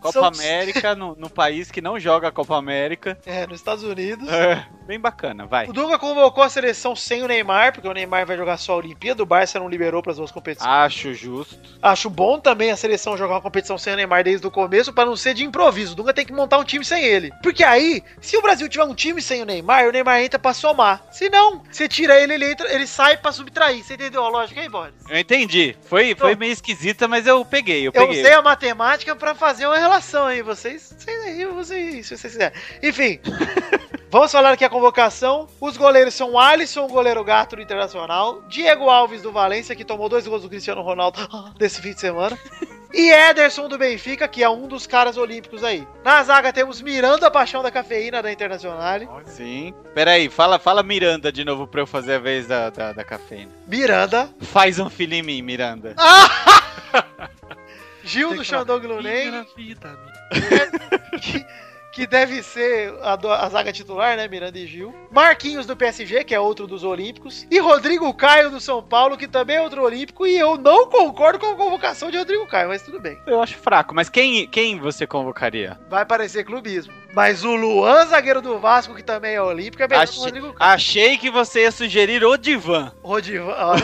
Copa São- América no, no país que não joga a Copa (laughs) América. É, nos Estados Unidos. É, bem bacana, vai. O Dunga convocou a seleção sem o Neymar, porque o Neymar vai jogar só a Olimpíada, o Barça não liberou para as duas competições. Acho justo. Acho bom também a seleção jogar uma competição sem o Neymar desde o começo, para não ser de improviso. O Dunga tem que montar um time sem ele. Porque aí, se o Brasil tiver um time sem o Neymar, o Neymar entra pra somar. Se não, você tira ele, ele entra, ele sai pra subtrair. Você entendeu a lógica aí, Boris? Eu entendi. Foi, foi meio esquisita, mas eu peguei, eu Eu, peguei. usei a matemática pra fazer uma relação aí, vocês. Vocês aí, usem se vocês quiserem. Enfim. Vamos falar aqui a convocação. Os goleiros são Alisson, o goleiro gato do Internacional, Diego Alves do Valência, que tomou dois gols do Cristiano Ronaldo (laughs) desse fim de semana, e Ederson do Benfica, que é um dos caras olímpicos aí. Na zaga temos Miranda Paixão da Cafeína da Internacional. Sim. Peraí, fala, fala Miranda de novo pra eu fazer a vez da, da, da cafeína. Miranda. Faz um filho em mim, Miranda. Gil do Xandong Lunei. Minha vida, minha. que deve ser a, do- a zaga titular, né? Miranda e Gil. Marquinhos do PSG, que é outro dos Olímpicos. E Rodrigo Caio do São Paulo, que também é outro Olímpico. E eu não concordo com a convocação de Rodrigo Caio, mas tudo bem. Eu acho fraco, mas quem, quem você convocaria? Vai parecer clubismo. Mas o Luan, zagueiro do Vasco, que também é Olímpico, é melhor que o Achei, Rodrigo Caio. achei que você ia sugerir o Divan. Rodivan, ó,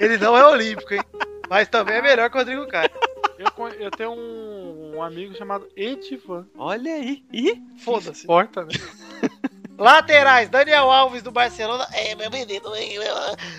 ele não é Olímpico, hein? Mas também é melhor que o Rodrigo Caio. Eu, con- eu tenho um, um amigo chamado Edivan. Olha aí. Ih, Foda-se. Porta, né? Laterais, Daniel Alves do Barcelona. É, meu menino, hein?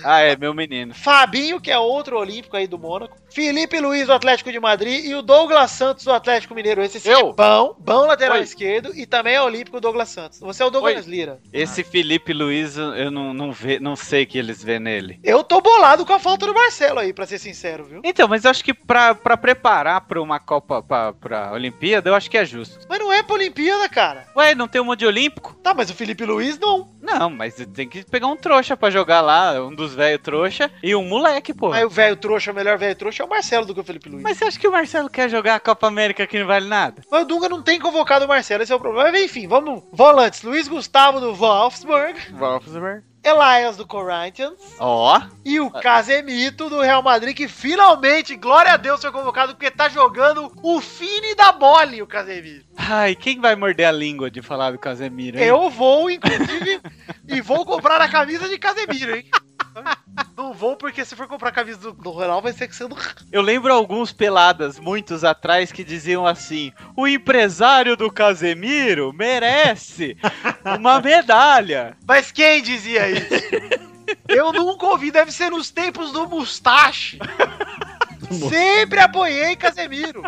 Ah, é, meu menino. Fabinho, que é outro olímpico aí do Mônaco. Felipe Luiz, do Atlético de Madrid. E o Douglas Santos, do Atlético Mineiro. Esse sim Eu? é bom, bom lateral Oi. esquerdo. E também é olímpico o Douglas Santos. Você é o Douglas Lira. Esse Felipe Luiz, eu não, não, vê, não sei o que eles vê nele. Eu tô bolado com a falta do Marcelo aí, pra ser sincero, viu? Então, mas eu acho que pra, pra preparar pra uma Copa, pra, pra Olimpíada, eu acho que é justo. Mas não é pra Olimpíada, cara. Ué, não tem um monte de Olímpico? Tá, mas o Felipe Luiz não. Não, mas tem que pegar um trouxa pra jogar lá, um dos velhos trouxa e um moleque, pô. Aí o velho trouxa, o melhor velho trouxa é o Marcelo do que o Felipe Luiz. Mas, Mas você acha que o Marcelo quer jogar a Copa América que não vale nada? o Dunga não tem convocado o Marcelo, esse é o problema. Mas enfim, vamos. Volantes, Luiz Gustavo do Wolfsburg. Wolfsburg. Elias do Corinthians. Ó, E o Casemito do Real Madrid, que finalmente, glória a Deus, foi convocado, porque tá jogando o fine da mole, o Casemiro. ai, quem vai morder a língua de falar do Casemiro? hein? Eu vou, inclusive, (laughs) e vou comprar a camisa de Casemiro, hein? Não vou, porque se for comprar a camisa do, do Ronaldo, vai ser que sendo. Eu lembro alguns peladas, muitos atrás, que diziam assim: o empresário do Casemiro merece (laughs) uma medalha. Mas quem dizia (laughs) isso? Eu nunca ouvi, deve ser nos tempos do Mustache. Sempre apoiei Casemiro.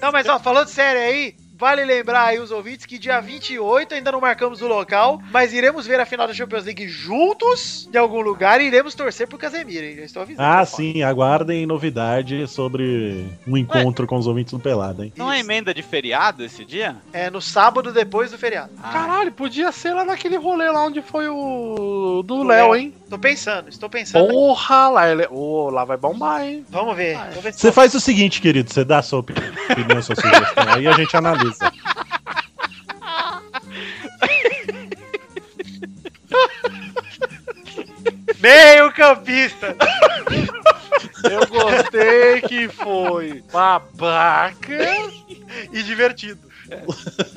Não, mas ó, falando sério aí, vale lembrar aí os ouvintes que dia 28 ainda não marcamos o local, mas iremos ver a final da Champions League juntos em algum lugar e iremos torcer pro Casemiro, hein? Já estou avisando. Ah, sim, aguardem novidade sobre um encontro com os ouvintes do Pelado, hein? Não é emenda de feriado esse dia? Ah. É no sábado depois do feriado. Caralho, podia ser lá naquele rolê lá onde foi o do Do Léo, Léo. hein? Tô pensando, estou pensando. Porra, lá, ele... Ô, lá vai bombar, hein? Vamos ver. Ah, é. Vamos ver se Você faz o seguinte, querido, você dá a sua opini- opinião, sua sugestão, aí a gente analisa. Meio campista. Eu gostei que foi babaca, e divertido.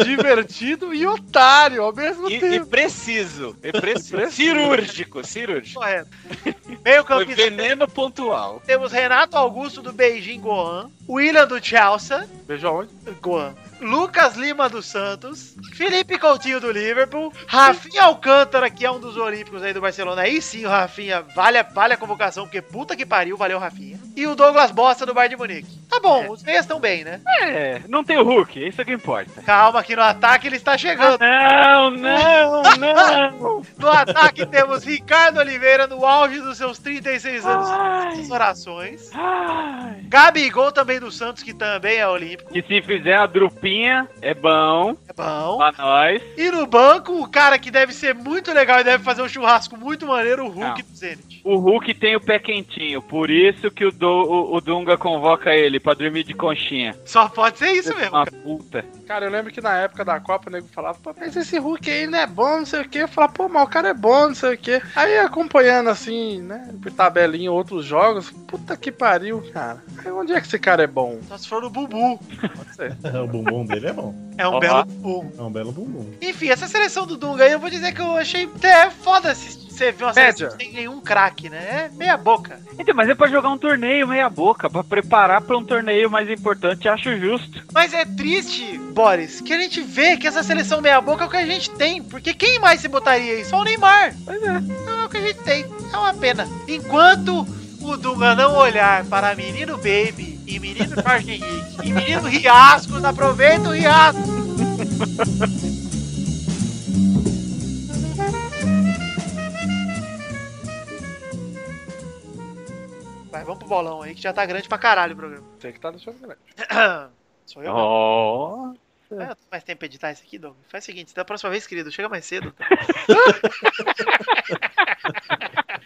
divertido e otário ao mesmo E, e tempo. preciso, e (laughs) preciso. cirúrgico, cirúrgico. Correto. Meio Foi campista. veneno pontual. Temos Renato Augusto do Beijing Gohan, William do Chelsea, Veja onde? Gohan, Lucas Lima do Santos, Felipe Coutinho do Liverpool, Rafinha Alcântara, que é um dos olímpicos aí do Barcelona. Aí sim, o Rafinha, vale, a- vale a convocação, porque puta que pariu, valeu Rafinha. E o Douglas Bosta do Bayern de Munique. Tá bom, os meias estão bem, né? É, não tem o Hulk, é isso que importa. Ah, Calma que no ataque ele está chegando. Não, não, (laughs) não. no ataque temos Ricardo Oliveira no auge dos seus 36 anos. Essas orações. Gabigol também do Santos, que também é olímpico. Que se fizer a drupinha, é bom É bom. pra nós. E no banco, o cara que deve ser muito legal e deve fazer um churrasco muito maneiro, o Hulk do Zenit. O Hulk tem o pé quentinho, por isso que o, Do- o- o Dunga convoca ele pra dormir de conchinha. Só pode ser isso mesmo. Uma cara. puta. Cara, eu lembro que na época da Copa o nego falava, pô, mas esse Hulk aí não é bom, não sei o quê. Eu falava, pô, mas o cara é bom, não sei o quê. Aí acompanhando assim, né, por tabelinha outros jogos, puta que pariu, cara. Aí, onde é que esse cara é bom? Só se for no Bubu. Pode ser. (laughs) o bumbum dele é bom. É um Olá. belo Bubu. É um belo bumbum. Enfim, essa seleção do Dunga aí, eu vou dizer que eu achei até foda se você viu uma seleção Média. que sem nenhum craque, né? É meia boca. Então, mas é pra jogar um torneio meia boca, pra preparar pra um torneio mais importante, acho justo. Mas é triste, Boris, que a gente vê que essa seleção meia boca é o que a gente tem. Porque quem mais se botaria aí? Só o Neymar. Pois é. Não é o que a gente tem. É uma pena. Enquanto o Dunga não olhar para menino Baby e menino Jorge Henrique e menino Riascos, aproveita o Riascos. Vai, vamos pro bolão aí que já tá grande pra caralho o programa. Tem que estar no jogo grande. (coughs) Sou eu? Oh. Ah, eu tô mais tempo pra editar isso aqui, Doug. Faz o seguinte, da próxima vez, querido, chega mais cedo.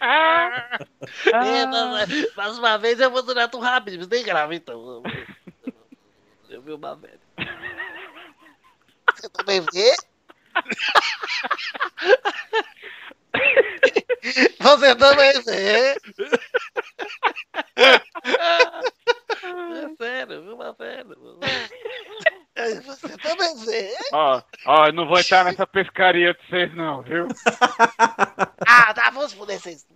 É, Ah. mas, mas- mas uma vez eu vou durar tão rápido, mas nem grava então. Eu- Eu vi uma merda. Você também vê? Você também vê. É sério, eu vi uma merda. mano. É, Você também vê. Ó, ó, eu não vou entrar nessa pescaria de vocês não, viu? Ah, tá, vamos foder vocês.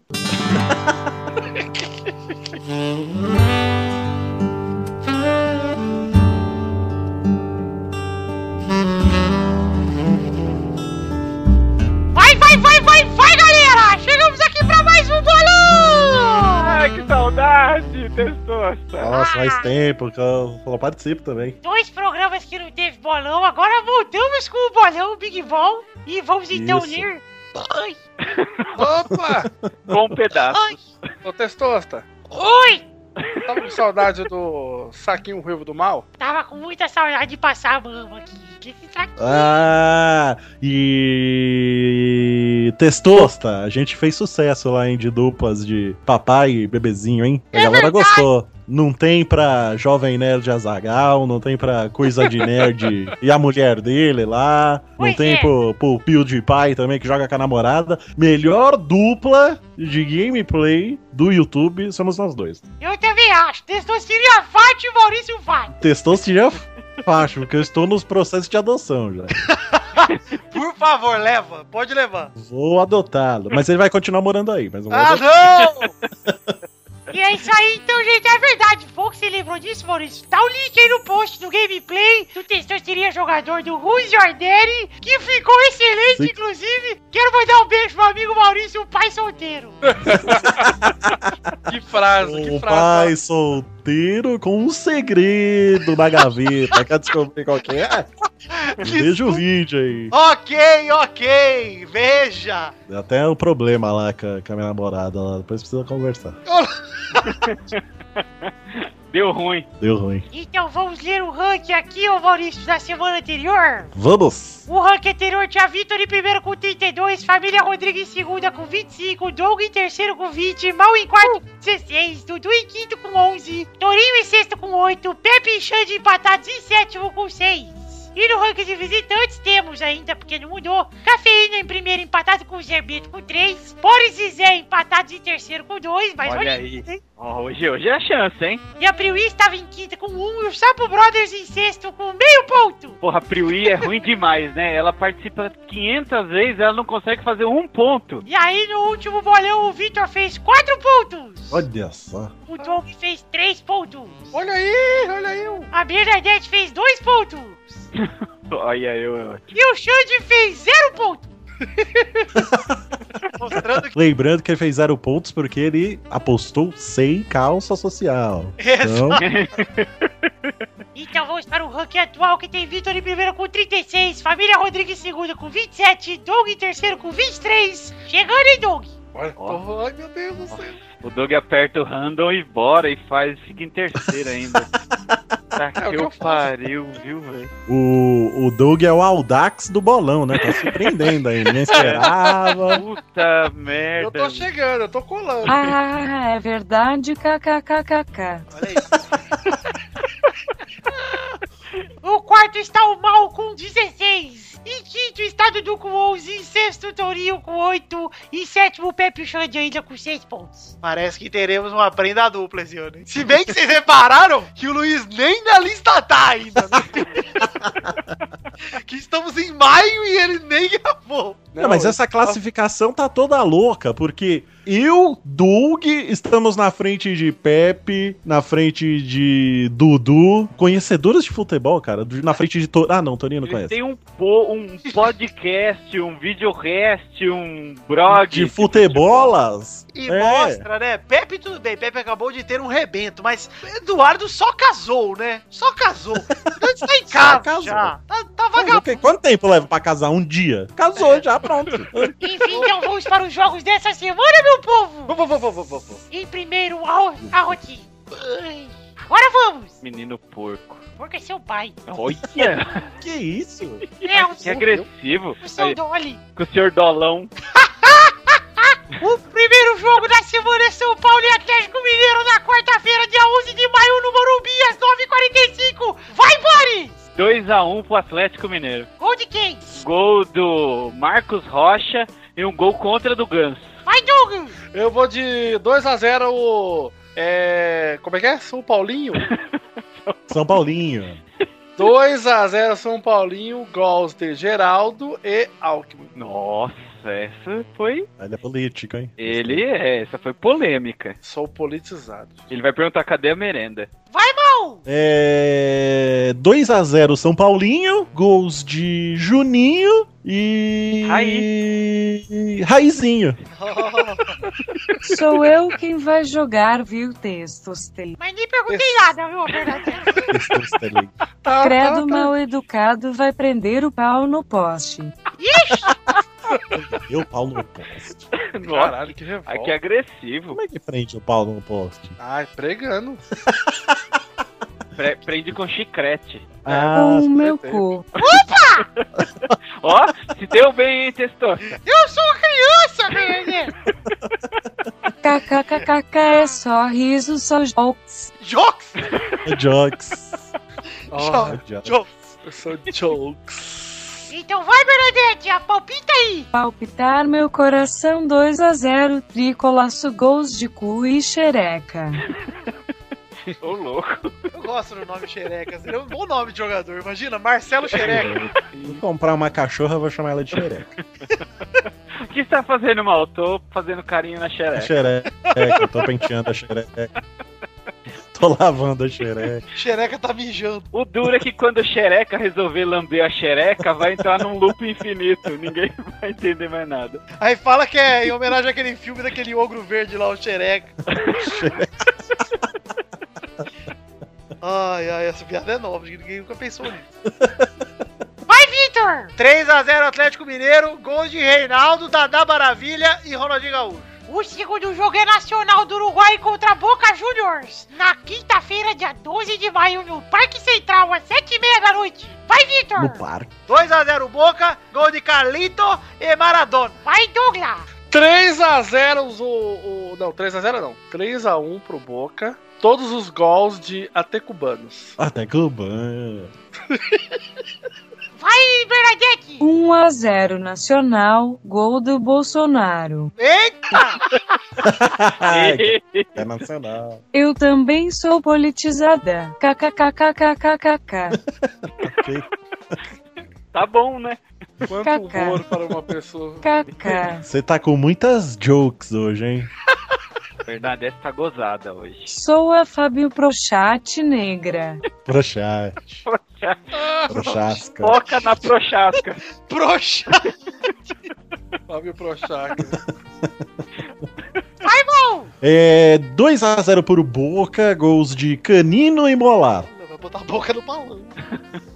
Vai, vai, vai, vai, vai, galera! Chegamos aqui pra mais um bolão! Ai, que saudade, testosta. Nossa, faz tempo que eu, eu participo também. Dois programas que não teve bolão, agora voltamos com o bolão Big Ball e vamos então Isso. ler. Ai, Opa! Com um pedaço. ai, (laughs) Ô, Testosta, oi! tava com saudade do saquinho ruivo do mal? Tava com muita saudade de passar a mama aqui. Que tá- esse saco- Ah, e. Testosta, a gente fez sucesso lá, hein, de duplas de papai e bebezinho, hein? É A galera gostou. Não tem pra Jovem Nerd Azagal, não tem pra Coisa (laughs) de Nerd e a mulher dele lá, não Pois tem é. pro, pro PewDiePie também que joga com a namorada. Melhor dupla de gameplay do YouTube somos nós dois. Eu também acho. Testosteria Fat e Maurício Fat. Testou se (laughs) já fácil, porque eu estou nos processos de adoção já. Por favor, leva. Pode levar. Vou adotá-lo. Mas ele vai continuar morando aí. Mas não vou Ah, não! adotar. E é isso aí, então, gente. É verdade. Pouco se lembrou disso, Maurício. Tá o link aí no post do gameplay do Testosteria Jogador do Rui Jordani, que ficou excelente, Sim. inclusive. Quero mandar um beijo pro amigo Maurício, o pai solteiro. Que frase, que O Um frase. pai solteiro com um segredo na gaveta. Quer descobrir qual que é? Veja o vídeo aí. (laughs) ok, ok. Veja. Até o problema lá com a, com a minha namorada. Lá. Depois precisa conversar. Deu ruim. Deu ruim. Então vamos ler o ranking aqui, ô Maurício, da semana anterior. Vamos! O ranking anterior tinha Vitor em primeiro com 32, Família Rodrigues em segunda com 25, Doug em terceiro com 20, Mal em quarto com 16, Dudu em quinto com 11, Torinho em sexto com 8, Pepe e Xande empatados em sétimo com 6. E no ranking de visitantes temos ainda, porque não mudou, Cafeína em primeiro empatado com Zerbeto com 3, Boris e Zé empatados em terceiro com 2, mas olha, Olha aí. Ó, hoje, hoje é a chance, hein? E a Priui estava em quinta com 1 um, e o Sapo Brothers em sexto com meio ponto. Porra, a Priui é ruim demais, né? Ela participa 500 vezes, ela não consegue fazer um ponto. E aí no último bolão o Victor fez 4 pontos. Olha só. O Doug fez 3 pontos. Olha aí, olha aí. um. o- A Bernadette fez 2 pontos. Olha eu, eu. E o Xande fez 0 ponto. Tá Mostrando que. Lembrando que ele fez zero pontos porque ele apostou sem calça social. Então, Então vamos para o ranking atual que tem Vitor em primeiro com 36, Família Rodrigues em segundo com 27, Doug em terceiro com 23. Chegando em Doug. Olha, Ó. ai meu Deus do céu. O Doug aperta o random e bora e faz, fica em terceiro (laughs) ainda. É tá que eu pariu, viu, velho? o, o Doug é o Aldax do bolão, né? Tá surpreendendo aí. Ninguém (laughs) esperava. Puta merda. Eu tô chegando, eu tô colando. Ah, é verdade, kkkkk. O quarto está o Mal com 16. Em quinto está Dudu com 11. Em sexto, Torinho com 8. Em sétimo, Pepe Xande ainda com 6 pontos. Parece que teremos uma prenda dupla esse ano, hein? Se bem que vocês repararam que o Luiz nem na lista tá ainda. (laughs) né? que estamos em maio e ele nem gravou. Não, mas essa classificação tá toda louca, porque eu, Doug, estamos na frente de Pepe, na frente de Dudu, conhecedores de futebol, cara, do- na frente de... To... Ah, não, Toninho não Ele conhece. tem um, po- um podcast, um videocast, um blog. De futebolas? E É. mostra, né? Pepe, tudo bem, Pepe acabou de ter um rebento, mas Eduardo só casou, né? Só casou. (laughs) Antes tá em casa casou. já. Tá, tá Maluco, hein? Quanto tempo leva pra casar? Um dia? Casou (laughs) já, pronto. Enfim, então vamos para os jogos dessa semana, meu povo. Vou, vou, vou, vou, vou, vou. Em primeiro, a, a Rotinha. Agora vamos. Menino porco. Porque é seu pai. Olha, que isso? É, o que seu, agressivo. o seu Aí, Dolly. com o senhor Dolão. O primeiro jogo da semana é São Paulo e Atlético Mineiro na quarta-feira, dia 11 de maio, no Morumbi, às 9h45. Vai, Boris! 2x1 pro Atlético Mineiro. Gol de quem? Gol do Marcos Rocha e um gol contra do Ganso. Vai, Doug! Eu vou de 2x0 o. É. Como é que é? São Paulinho? São Paulinho. 2x0 São Paulinho, gols de Geraldo e Alckmin. Nossa, essa foi. Ele é político, hein? Ele é, essa foi polêmica. Sou politizado. Ele vai perguntar cadê a merenda. Vai, Mal! É... 2x0 São Paulinho, gols de Juninho e... Aí. Raizinho. Sou eu quem vai jogar, viu, textos. Mas nem perguntei É. nada, viu, (laughs) Bernadette? Tá, Credo mal educado vai prender o pau no poste. Eu, Paulo no poste. Caralho, que revolta. Ai, que é agressivo. Como é que prende o Paulo no poste? Ai, pregando. Pre- prende com chiclete. Ah, Com o meu cu. Ó, se deu bem, hein, (laughs) testou. Eu sou criança, Bernadette! KKKKK é só riso, só jokes. Jokes? Ah, Jokes. Jo- Jokes. Eu sou jokes. Então vai, Bernadette, a palpita aí! Palpitar meu coração 2 a 0 tricolaço gols de cu e xereca. Ô, louco. Eu gosto do nome Xereca. Seria um bom nome de jogador. Imagina, Marcelo Xereca. Vou comprar uma cachorra, vou chamar ela de xereca. O que você tá fazendo mal? Tô fazendo carinho na xereca. Xereca, É eu tô penteando a xereca. Tô lavando a xereca. Xereca tá mijando. O duro é que quando o xereca resolver lamber a xereca, vai entrar num loop infinito. Ninguém (laughs) vai entender mais nada. Aí fala que é em homenagem àquele filme daquele ogro verde lá, o Xereca. ai, ai, essa piada é nova. Ninguém nunca pensou nisso. Vai, Vitor! 3x0 Atlético Mineiro, gols de Reinaldo, Dadá Maravilha e Ronaldinho Gaúcho. O segundo jogo é Nacional do Uruguai contra Boca Juniors. Na quinta-feira, dia 12 de maio, no Parque Central, às 7h30 da noite. Vai, Vitor! No parque. 2x0 Boca, gol de Carlito e Maradona. Vai, Douglas! 3x0 o, o. Não, 3x0 não. 3x1 pro Boca. Todos os gols de até cubanos. Até Cuban. Vai, Bernadette! 1 a 0 Nacional, gol do Bolsonaro. Eita! É nacional. Eu também sou politizada. KKKKKKKK. Tá bom, né? Quanto Cacá. humor para uma pessoa. KK. Você tá com muitas jokes hoje, hein? Verdade, essa tá gozada hoje. Sou a Fábio Prochat negra. Proxá. Proxasca. Foca na prochasca. Proxa! Fábio Prochac. Vai, gol! É 2 a 0 para o Boca, gols de Canino e Molar. Vai botar a boca no balão.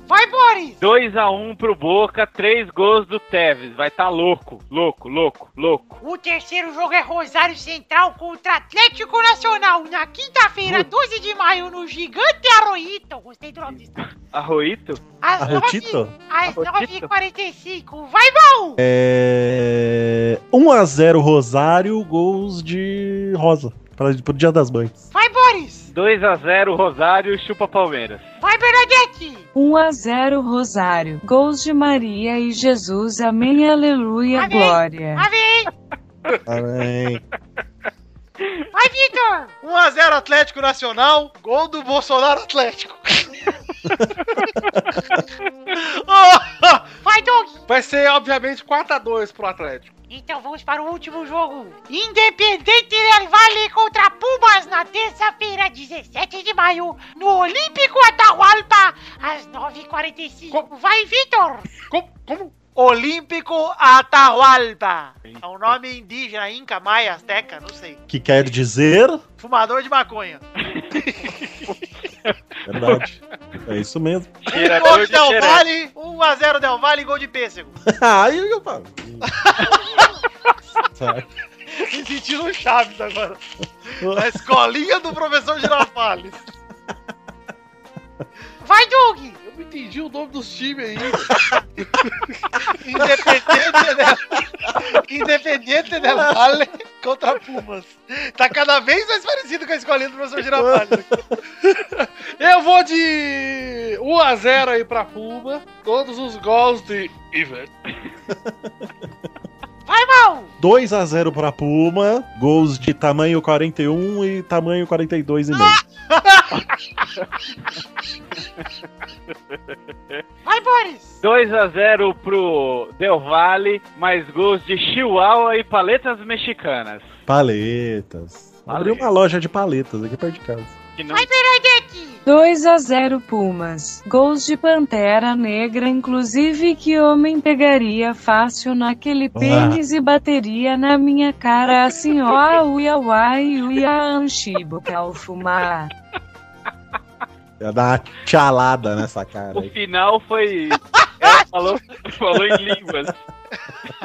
Vai, Boris! 2x1 pro Boca, 3 gols do Tevez. Vai tá louco, louco, louco, louco. O terceiro jogo é Rosário Central contra Atlético Nacional na quinta-feira, 12 de maio, no Gigante Arroito. Gostei do nome disso. Arroito? Ah, Às Arrotito? 9 Às 9h45. Vai, gol! É 1 a 0 Rosário, gols de Rosa para pro Dia das Mães. Vai, Boris! 2x0 Rosário, chupa (laughs) Palmeiras. Vai, Bernadette! 1 a 0 Rosário. Gols de Maria e Jesus. Amém, aleluia, Amém. glória. Amém! Amém. Vai, Vitor! 1x0 Atlético Nacional, gol do Bolsonaro (laughs) Atlético. (laughs) Vai, Doug! Vai ser, obviamente, 4x2 pro Atlético. Então vamos para o último jogo. Independente del Valle contra Pumas na terça-feira, 17 de maio, no Olímpico Atahualpa, às 9h45. Vai, Vitor! Olímpico Atahualpa. É um nome indígena, inca, maia, azteca, não sei. Que quer dizer? Fumador de maconha. Verdade. É isso mesmo. (laughs) Gol de Del Valle, 1x0 Del Valle, gol de pêssego. Aí eu falo. (laughs) Sabe? Me (laughs) sentindo o Chaves agora. (laughs) Na escolinha do professor Girafales. (laughs) Vai, Doug! Eu não entendi o nome dos times aí. (laughs) Independente, né? (laughs) Independente Del Valle contra Pumas. Tá cada vez mais parecido com a escolinha do professor Girafales. (laughs) Eu vou de 1x0 aí pra Puma. Todos os gols de Iver. Vai, mal! 2 a 0 para Puma, gols de tamanho 41 e tamanho 42 e meio. Vai, Boris! 2x0 pro Del Valle, mais gols de Chihuahua e paletas mexicanas. Paletas. Abri uma loja de paletas aqui perto de casa. Que não Vai, Bernadette! 2 a 0 Pumas. Gols de Pantera Negra, inclusive que homem pegaria fácil naquele pênis e bateria na minha cara assim, ó, uia, uai, uia, anchibo, calfumar. Ia dar uma tchalada nessa cara. O (laughs) aí. final foi. Ela falou, falou em línguas.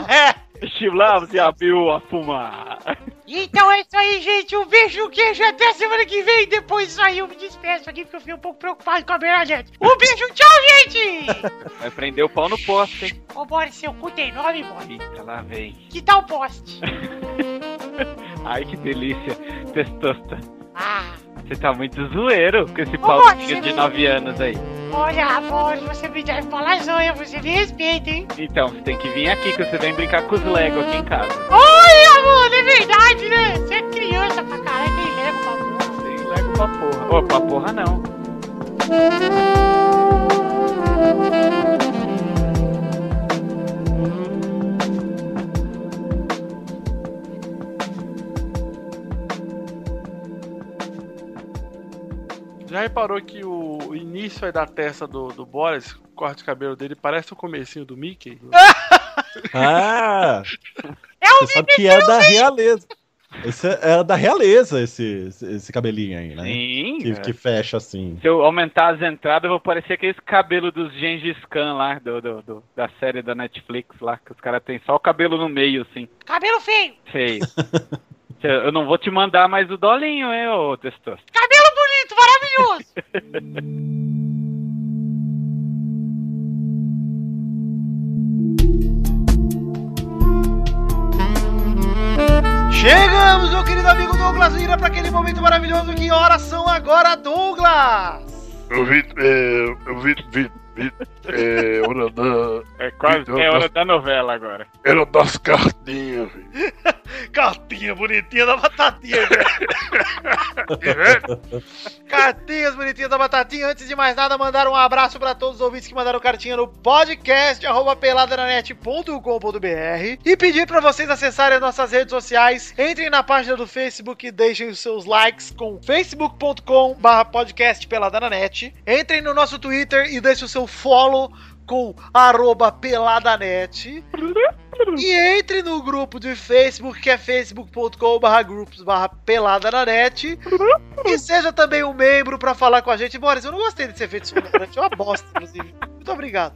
É. Chilava se abriu a fumar. Então é isso aí, gente. Um beijo no queijo. Até semana que vem. Depois disso aí eu me despeço aqui porque eu fiquei um pouco preocupado com a Bernadette. (laughs) Um beijo, tchau, gente! Vai prender o pau no poste, hein? Ô, Boris, seu cu tem nome, Boris? Eita, lá vem. Que tal o poste? Ai, que delícia. Testosta. Ah, Você tá muito zoeiro com esse Ô, pauzinho Boris, de você- 9 anos aí. olha, Boris, você me deve palazinha. Você me respeita, hein? Então, você tem que vir aqui que você vem brincar com os Lego aqui em casa. Olha, mano, é verdade, né? Você é criança pra caralho, tem lego pra porra. Tem Lego pra porra. Ô, pra porra não. Já reparou que o início aí da testa do, do Boris, o corte de cabelo dele, parece o comecinho do Mickey? Ah! É Você sabe que é da realeza. Esse é é da realeza esse, esse, esse cabelinho aí, né? Sim. Que, cara. que fecha assim. Se eu aumentar as entradas, eu vou parecer aqueles cabelos dos Gengis Khan lá, do, do- do- da série da Netflix lá, que os caras têm só o cabelo no meio, assim, Cabelo feio, feio. Eu eu não vou te mandar mais o dolinho, hein, ô testoso. cabelo bonito, maravilhoso. Chegamos, meu querido amigo Douglas Lira, pra aquele momento maravilhoso. Que horas são agora, Douglas? Eu vi, é, eu vi, vi, vi, é, hora da, É quase- é hora da novela agora. era das cartinhas, filho. Cartinha bonitinha da batatinha, velho. Cartinhas bonitinhas da batatinha. Antes de mais nada, mandar um abraço para todos os ouvintes que mandaram cartinha no podcast arroba peladananet.com.br e pedir para vocês acessarem as nossas redes sociais. Entrem na página do Facebook e deixem os seus likes com facebook.com/podcast peladananet. Entrem no nosso Twitter e deixem o seu follow com arroba peladanet. E entre no grupo de Facebook, que é facebook.com.br grupos pelada na net. E seja também um membro pra falar com a gente. Boris, eu não gostei desse efeito sonorante, é uma bosta, inclusive. Muito obrigado.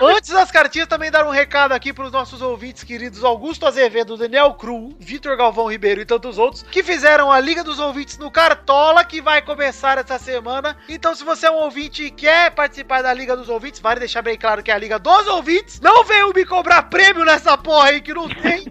Antes das cartinhas, também dar um recado aqui pros nossos ouvintes queridos Augusto Azevedo, Daniel Cru, Vitor Galvão Ribeiro e tantos outros, que fizeram a Liga dos Ouvintes no Cartola, que vai começar essa semana. Então, se você é um ouvinte e quer participar da Liga dos Ouvintes, vale deixar bem claro que é a Liga dos Ouvintes. Não venham me cobrar prêmio nessa porra aí que não tem.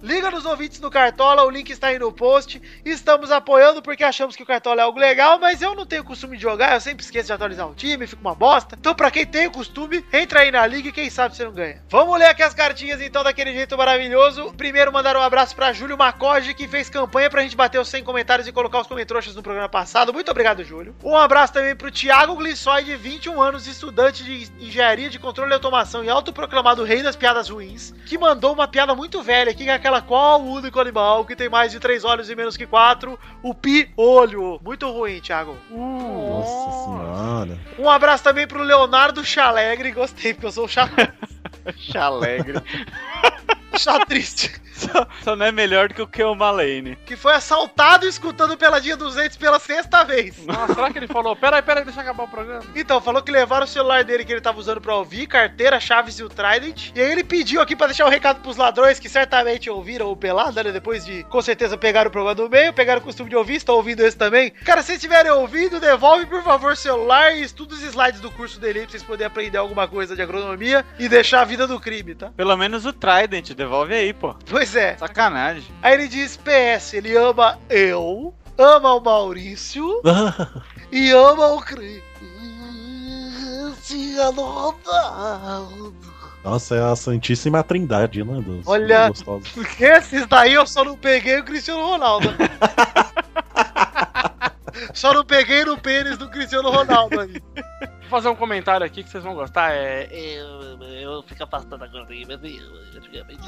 Liga nos ouvintes no Cartola, o link está aí no post. Estamos apoiando porque achamos que o Cartola é algo legal, mas eu não tenho costume de jogar, eu sempre esqueço de atualizar o time, fica uma bosta. Então, pra quem tem o costume, entra aí na liga e quem sabe você não ganha. Vamos ler aqui as cartinhas então daquele jeito maravilhoso. Primeiro, mandar um abraço pra Júlio Macoge, que fez campanha pra gente bater os 100 comentários e colocar os comentroxas no programa passado. Muito obrigado, Júlio. Um abraço também pro Thiago Glissói, de 21 anos, estudante de engenharia de controle e automação e autoproclamado rei das piadas ruins, que mandou uma piada muito velha aqui, que é aquela qual o único animal que tem mais de três olhos e menos que quatro? O piolho. Muito ruim, Thiago. É. Uh. Nossa senhora. (laughs) Um abraço também pro Leonardo Chalegre. Gostei, porque eu sou o chá. Chalegre. chá Tá triste. Só, só não é melhor do que o Kel Malane. Que foi assaltado escutando Peladinha 200 pela sexta vez. Nossa, será que ele falou? Peraí, peraí, deixa eu acabar o programa. Então, falou que levaram o celular dele que ele tava usando pra ouvir, carteira, chaves e o Trident. E aí ele pediu aqui pra deixar um recado pros ladrões que certamente ouviram o Pelada, né? Depois de, com certeza, pegaram o programa do meio, pegaram o costume de ouvir, estão ouvindo esse também. Cara, se vocês tiverem ouvindo, devolve, por favor, o celular e estuda os slides do curso dele aí pra vocês poderem aprender alguma coisa de agronomia e deixar a vida do crime, tá? Pelo menos o Trident, devolve aí, pô. Pois é. Sacanagem. Aí ele diz: PS, ele ama eu, ama o Maurício e ama o Cristiano Ronaldo. Nossa, é a Santíssima Trindade, né? Dos, Olha, dos gostosos. esses daí eu só não peguei o Cristiano Ronaldo. só não peguei no pênis do Cristiano Ronaldo aí. Vou fazer um comentário aqui que vocês vão gostar. É, Eu, eu fico afastado agora do game, mas eu, antigamente.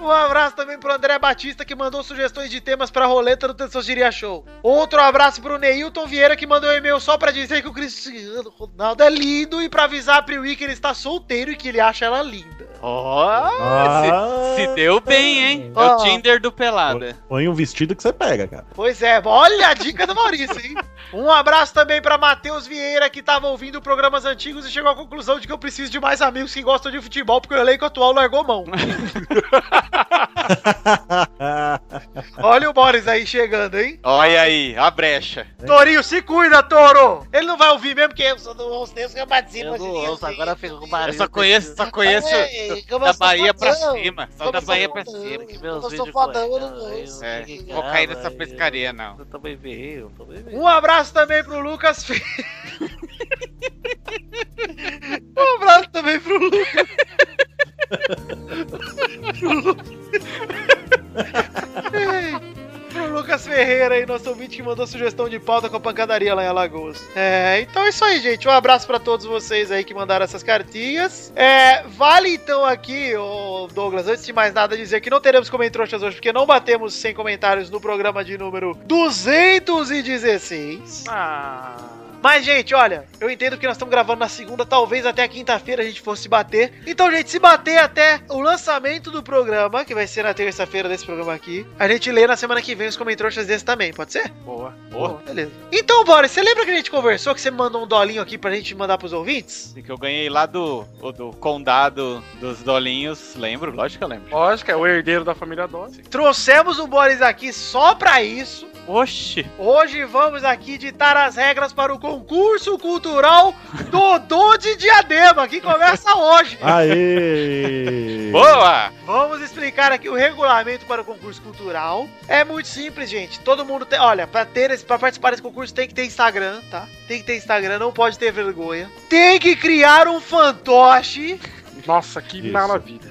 Um abraço também pro André Batista que mandou sugestões de temas pra roleta do Tessosiria Show. Outro abraço pro Neilton Vieira que mandou um e-mail só pra dizer que o Cristiano Ronaldo é lindo e pra avisar a Priwi que ele está solteiro e que ele acha ela linda. Ó, Ah, se, se deu bem, hein? É Ah. o Tinder do Pelada. Põe um vestido que você pega, cara. Pois é, olha a dica do Maurício, hein? Um abraço também pra Matheus Vieira que tava ouvindo programas antigos e chegou à conclusão de que eu preciso de mais amigos que gostam de futebol porque o elenco atual é largou mão. Ah. Olha o Boris aí chegando, hein? Olha aí, a brecha. Torinho, se cuida, Toro! Ele não vai ouvir mesmo, porque eu sou do Ouço Deus que eu participo. Eu ouço, agora fica com Eu barulho. só conheço, só conheço Ei, É, como da eu sou Bahia pra fodão, cima. Só como da eu sou Bahia pra fodão, cima. que meus eu sou vídeos fodão, foi- eu não Ah, eu ouço. É, Que vou cair grava, nessa eu- pescaria, não. Eu também veio, eu também veio. Um abraço também pro Lucas Fe- (laughs) Um abraço também pro Lucas. pro, Lu... Ei, pro Lucas Ferreira aí, nosso ouvinte que mandou sugestão de pauta com a pancadaria lá em Alagoas. É, então é isso aí, gente. Um abraço pra todos vocês aí que mandaram essas cartinhas. É, vale então aqui, ô Douglas, antes de mais nada, dizer que não teremos comentários hoje, porque não batemos 100 comentários no programa de número 216. Mas, gente, olha, eu entendo que nós estamos gravando na segunda, talvez até a quinta-feira a gente fosse bater. Então, gente, se bater até o lançamento do programa, que vai ser na terça-feira desse programa aqui, a gente lê na semana que vem os comentroxas desse também, pode ser? Boa. Boa. Beleza. Então, Boris, você lembra que a gente conversou, que você mandou um dolinho aqui pra gente mandar pros ouvintes? É Que eu ganhei lá do, o- do condado dos dolinhos. Lembro, lógico que eu lembro. Lógico, é o herdeiro da família Dose. Trouxemos o Boris aqui só pra isso. Oxi. Hoje vamos aqui ditar as regras para o concurso cultural Dodô de Diadema, que começa hoje. (laughs) Aê! Boa! Vamos explicar aqui o regulamento para o concurso cultural. É muito simples, gente. Todo mundo tem, olha, para ter esse, para participar desse concurso tem que ter Instagram, tá? Tem que ter Instagram, não pode ter vergonha. Tem que criar um fantoche Nossa, que Isso. maravilha.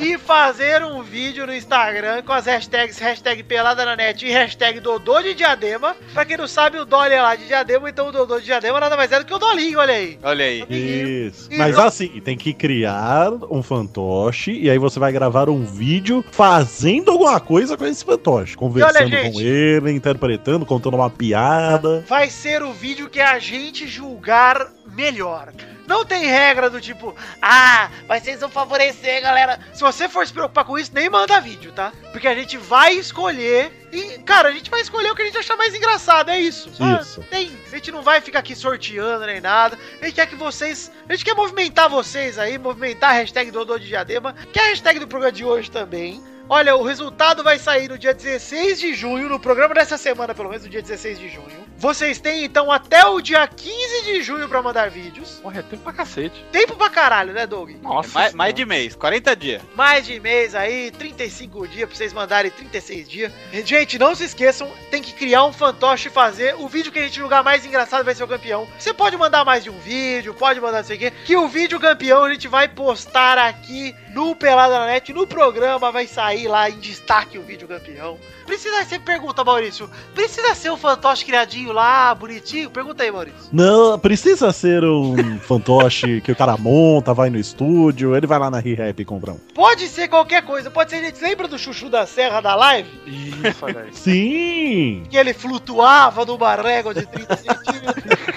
e fazer um vídeo no Instagram com as hashtags hashtag pelada na net e hashtag Dodô de Diadema. Pra quem não sabe, o Dolly é lá de Diadema, então o Dodô de Diadema nada mais é do que o Dolinho, olha aí. Olha aí. Isso. Mas assim, tem que criar um fantoche e aí você vai gravar um vídeo fazendo alguma coisa com esse fantoche. Conversando gente. com ele, interpretando, contando uma piada. vai ser o vídeo que a gente julgar melhor. Não tem regra do tipo, ah, mas vocês vão favorecer, galera. Se você for se preocupar com isso, nem manda vídeo, tá? Porque a gente vai escolher. E, cara, a gente vai escolher o que a gente achar mais engraçado, é isso. Ah. Só Isso. Tem, a gente não vai ficar aqui sorteando nem nada. A gente quer que vocês. A gente quer movimentar vocês aí, movimentar a hashtag Dodô de Diadema, que é a hashtag do programa de hoje também. Olha, o resultado vai sair no dia 16 de junho, no programa dessa semana, pelo menos, no dia 16 de junho. Vocês têm, então, até o dia 15 de junho pra mandar vídeos. Porra, é tempo pra cacete. Tempo pra caralho, né, Doug? É mais, mais de mês, 40 dias. Mais de mês aí, 35 dias pra vocês mandarem 36 dias. Gente, não se esqueçam, tem que criar um fantoche e fazer. O vídeo que a gente julgar mais engraçado vai ser o campeão. Você pode mandar mais de um vídeo, pode mandar não sei o quê. Que o vídeo campeão a gente vai postar aqui no Pelada na Net, no programa, vai sair lá em destaque o vídeo campeão. Precisa ser pergunta, Maurício. Precisa ser um fantoche criadinho lá, bonitinho? Pergunta aí, Maurício. Não, precisa ser (laughs) um fantoche que o cara monta, vai no estúdio, ele vai lá na Re-Rap e compra um. Pode ser qualquer coisa. Pode ser, a gente lembra do Chuchu da Serra da live? Isso, olha aí. Sim! que ele flutuava numa régua de 30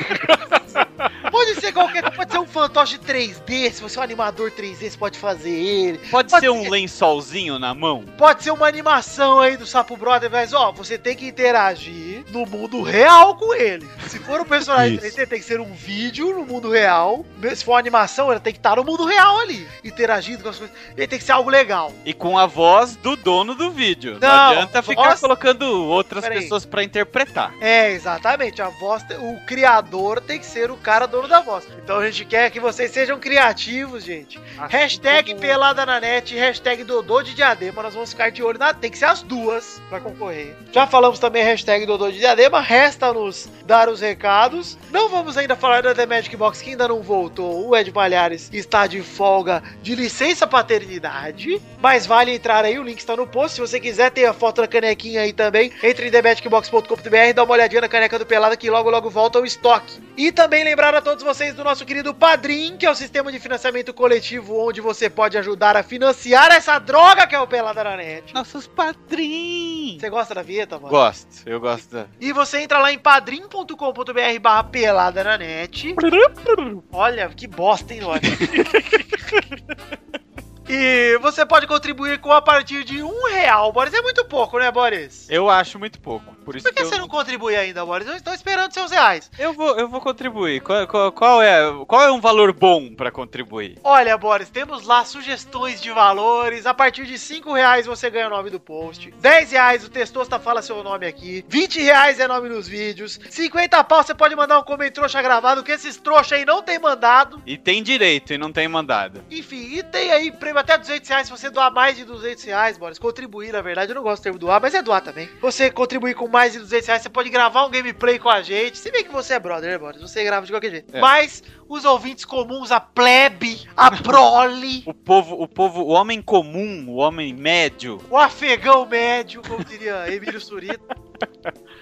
centímetros. Pode ser qualquer pode ser um fantoche 3D, se você é um animador 3D, você pode fazer ele. Pode, ser um lençolzinho na mão? Pode ser uma animação aí do Sapo Brother, mas ó, você tem que interagir no mundo real com ele. Se for um personagem Isso. 3D, tem que ser um vídeo no mundo real. Se for uma animação, ela tem que estar no mundo real ali, interagindo com as coisas. Ele tem que ser algo legal. E com a voz do dono do vídeo. Não, Não, adianta ficar voz- colocando outras Peraí. pessoas pra interpretar. É, exatamente. A voz, te- o criador tem que ser o cara dono da voz. Então a gente quer que vocês sejam criativos, gente. hashtag pelada na net, hashtag Dodô de Diadema. Nós vamos ficar de olho na. Tem que ser as duas pra concorrer. Já falamos também hashtag Dodô de Diadema. Resta-nos dar os recados. Não vamos ainda falar da The Magic Box, que ainda não voltou. O Ed Malhares está de folga de licença paternidade. Mas vale entrar aí, o link está no post. Se você quiser, tem a foto da canequinha aí também. Entre em TheMagicBox.com.br e dá uma olhadinha na caneca do Pelada que logo logo volta ao estoque. E também lembrar a todos vocês do nosso querido Padrim, que é o sistema de financiamento coletivo onde você pode ajudar a financiar essa droga que é o Pelada na Net. Nossos padrinhos! Você gosta da vinheta, mano? Gosto, eu gosto da. E você entra lá em padrim.com.br barra pelada na net. Olha, que bosta, (laughs) hein, Lorde? E você pode contribuir com a partir de um real, Boris. É muito pouco, né, Boris? Eu acho muito pouco. Por isso Por que eu você não contribui ainda, Boris? Eu estou esperando seus reais. Eu vou, eu vou contribuir. Qual, qual- qual é, qual é um valor bom pra contribuir? Olha, Boris, temos lá sugestões de valores. A partir de 5 reais você ganha o nome do post. 10 reais o Testosta fala seu nome aqui. 20 reais é nome nos vídeos. 50 pau você pode mandar um comentário trouxa gravado, que esses trouxa aí não tem mandado. E tem direito e não tem mandado. Enfim, e tem aí prêmio até 200 reais se você doar mais de 200 reais, Boris. Contribuir, na verdade, eu não gosto do termo doar, mas é doar também. Você contribuir com mais de 200 reais, você pode gravar um gameplay com a gente. Se bem que você é brother, né, Boris? Você grava de qualquer jeito. É. Mas os ouvintes comuns, a plebe, a prole... O povo, o povo, o homem comum, o homem médio, O afegão médio, como diria Emílio Surita,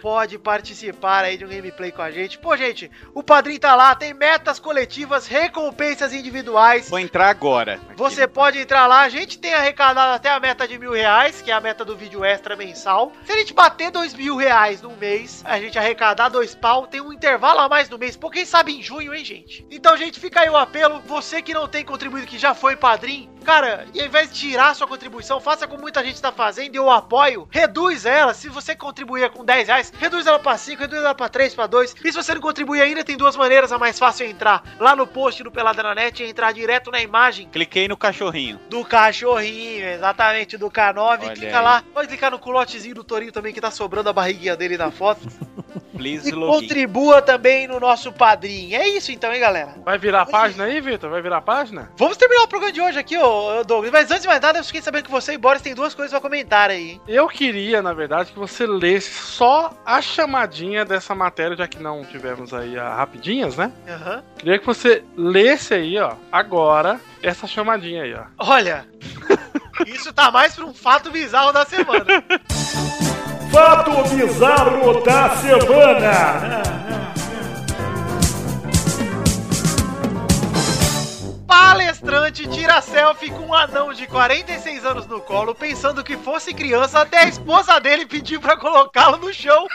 pode participar aí de um gameplay com a gente. Pô, gente, o padrinho tá lá, tem metas coletivas, recompensas individuais. vou entrar agora. Você pode entrar lá, a gente tem arrecadado até a meta de mil reais, que é a meta do vídeo extra mensal. Se a gente bater dois mil reais no mês, a gente arrecadar dois pau, tem um intervalo a mais no mês, pô, quem sabe em junho, hein, gente? Então, gente, fica aí o apelo, você que não tem contribuído, que já foi padrinho, cara, e ao invés de tirar sua contribuição, faça como muita gente tá fazendo, eu apoio, reduz ela, se você contribuir com 10 reais, reduz ela pra 5, reduz ela pra 3, pra 2, e se você não contribuir ainda, tem duas maneiras, a mais fácil é entrar lá no post do Pelada na Net, e entrar direto na imagem Cliquei no cachorrinho. do cachorrinho, exatamente, do K9. Olha Clica aí. lá, pode clicar no culotezinho do Torinho também, que tá sobrando a barriguinha dele (laughs) na foto. Please E login. contribua também no nosso padrinho. É isso então, hein, galera? Vai virar a página aí, Vitor? Vai virar a página? Vamos terminar o programa de hoje aqui, ô ô, Douglas. Mas antes de mais nada, eu fiquei sabendo que você e Boris tem duas coisas pra comentar aí, hein? Eu queria, na verdade, que você lesse só a chamadinha dessa matéria, já que não tivemos aí a rapidinhas, né? Aham. Queria que você lesse aí, ó, agora, essa chamadinha aí, ó. Olha, (laughs) Isso tá mais pra um fato bizarro da semana. Fato bizarro da semana. Palestrante tira selfie com um anão de 46 anos no colo, pensando que fosse criança, até a esposa dele pediu pra colocá-lo no chão.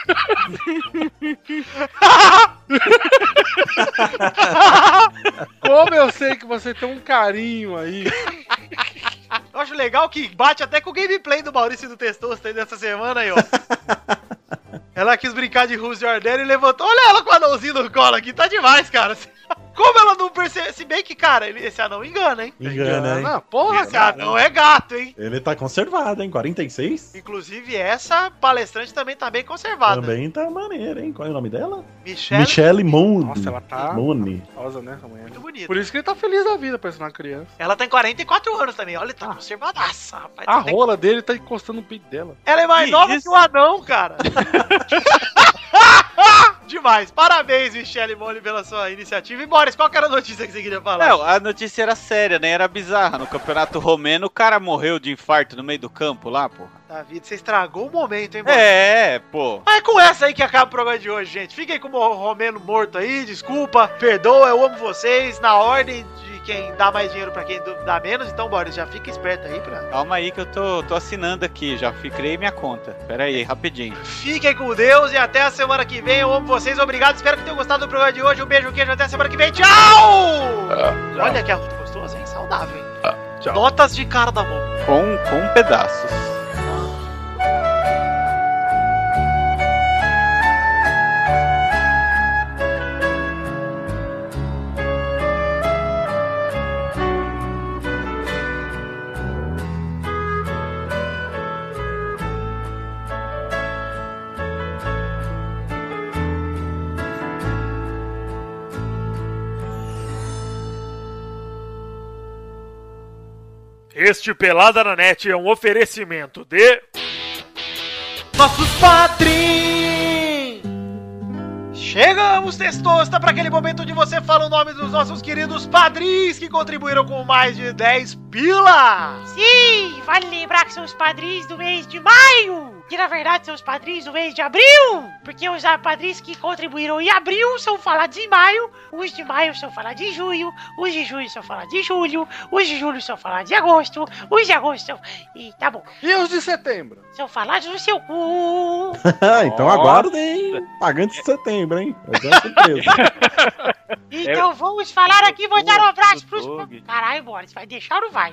(laughs) Como eu sei que você tem um carinho aí. Eu acho legal que bate até com o gameplay do Maurício do Testosta aí dessa semana (laughs) aí, ó. Ela quis brincar de Who's Your Daddy e levantou. Olha ela com o anãozinho no colo aqui, tá demais, cara. (laughs) Como ela não percebeu? Se bem que, cara, ele- esse anão engana, hein? Ah, Engana, né? hein? Porra, cara, não é gato, hein? Ele tá conservado, hein? 46? Inclusive, essa palestrante também tá bem conservada. Também tá maneiro, hein? Qual é o nome dela? Michelle. Michelle Moon. Nossa, ela tá- Mooney. Rosa, né, essa mulher? Muito bonita. Por isso que ele tá feliz da vida, parecendo uma criança. Ela tá tem 44 anos também. Olha, tá conservadaça, rapaz. Ah. A Tem- rola dele tá encostando no peito dela. Ela é mais nova que o (laughs) anão, cara. Demais. Parabéns, Michelle Mole, pela sua iniciativa. E Boris, qual que era a notícia que você queria falar? Não, a notícia era séria, nem era bizarra. No campeonato romeno, o cara morreu de infarto no meio do campo lá, porra. David, você estragou o momento, hein, Boris? É, pô. Mas é com essa aí que acaba o programa de hoje, gente. Fiquem com o Romeno morto aí, desculpa, perdoa, eu amo vocês. Na ordem de quem dá mais dinheiro pra quem do- dá menos, então, Boris, já fica esperto aí pra. Calma aí que eu tô, tô assinando aqui, já fi- criei minha conta. Pera aí, rapidinho. Fiquem com Deus e até a semana que vem. Eu amo vocês, obrigado. Espero que tenham gostado do programa de hoje. Um beijo, um queijo, até a semana que vem. Tchau! Olha que arroz gostoso, hein? Saudável, hein? Notas de cara da mão. Com, com pedaços. Este Pelada na Net é um oferecimento de. Nossos Patrim! Chegamos, Testosta, para aquele momento onde você fala o nome dos nossos queridos padrinhos que contribuíram com mais de 10 pila! Sim, vale lembrar que são os padrinhos do mês de maio! Que na verdade são os padrinhos do mês de abril! Porque os ah, padrinhos que contribuíram em abril são falados em maio, os de maio são falados em junho, os de junho são falados em julho, os de julho são falados em agosto, os de agosto são. E tá bom. E os de setembro? São falados no seu cu! (laughs) então aguardem. Pagante de setembro, hein? Eu tenho surpresa. Então vamos falar aqui, vou dar um abraço pros. Caralho, Boris, vai deixar ou vai?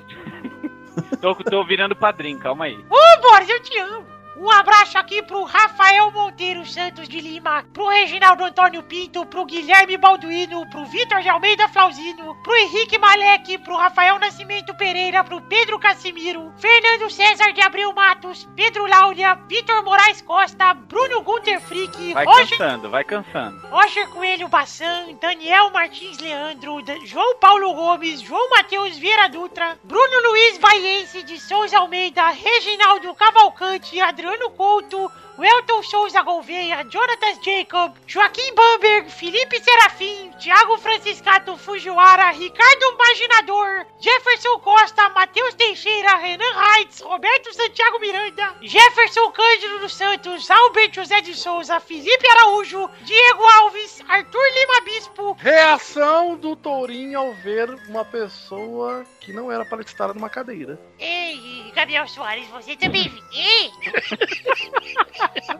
Tô, tô virando padrinho, calma aí. Ô, Boris, eu te amo. Um abraço aqui pro Rafael Monteiro Santos de Lima, pro Reginaldo Antônio Pinto, pro Guilherme Balduino, pro Vitor de Almeida Flauzino, pro Henrique Malek, pro Rafael Nascimento Pereira, pro Pedro Casimiro, Fernando César de Abreu Matos, Pedro Laura, Vitor Moraes Costa, Bruno Gunter Frick, Vai Roger cansando, vai cansando. Roger Coelho Bassan, Daniel Martins Leandro, Da- João Paulo Gomes, João Matheus Vieira Dutra, Bruno Luiz Baiense de Souza Almeida, Reginaldo Cavalcante, Adriano Couto, Welton Souza Gouveia, Jonathan Jacob, Joaquim Bamberg, Felipe Serafim, Thiago Franciscato Fujiwara, Ricardo Maginador, Jefferson Costa, Matheus Teixeira, Renan Reitz, Roberto Santiago Miranda, Jefferson Cândido dos Santos, Albert José de Souza, Felipe Araújo, Diego Alves, Arthur Lima Bispo, Reação do Tourinho ao ver uma pessoa que não era palestitada numa cadeira. Ei, Gabriel Soares, você também viu? Ei!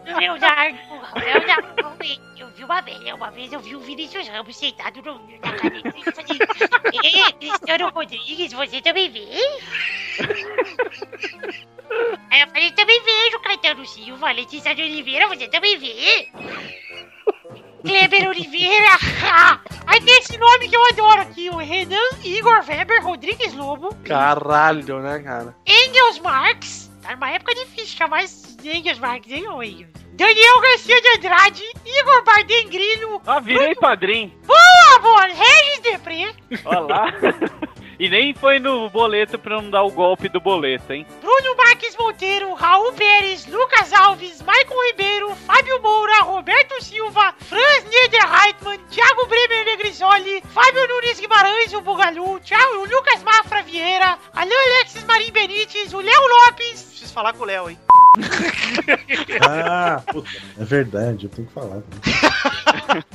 Leonardo, Leonardo, eu vi uma vez, né, uma vez eu vi o Vinícius Ramos sentado no, na cadeira e falei, Ei, Cristiano Rodrigues, você também vê? Aí eu falei, também vejo, Caetano Silva, Letícia de Oliveira, você também vê? Kleber Oliveira. (laughs) Aí tem esse nome que eu adoro aqui, o Renan Igor Weber Rodrigues Lobo. Caralho, né, cara? Engels Marx. Tá numa época difícil chamar esses Engels Marx, hein, ô Engels? Daniel Garcia de Andrade, Igor Bardem Grilho. Ah, virei padrinho. Boa, boa! Regis Depré. Olha lá. (laughs) E nem foi no boleto pra não dar o golpe do boleto, hein? Bruno Marques Monteiro, Raul Pérez, Lucas Alves, Maicon Ribeiro, Fábio Moura, Roberto Silva, Franz Niederreitmann, Thiago Bremer Negrisoli, Fábio Nunes Guimarães, o Bugalu, Thiago, o Lucas Mafra Vieira, Alain Alexis Marim Benites, o Léo Lopes. Preciso falar com o Léo, hein? (laughs) Ah, puta, é verdade, eu tenho que falar.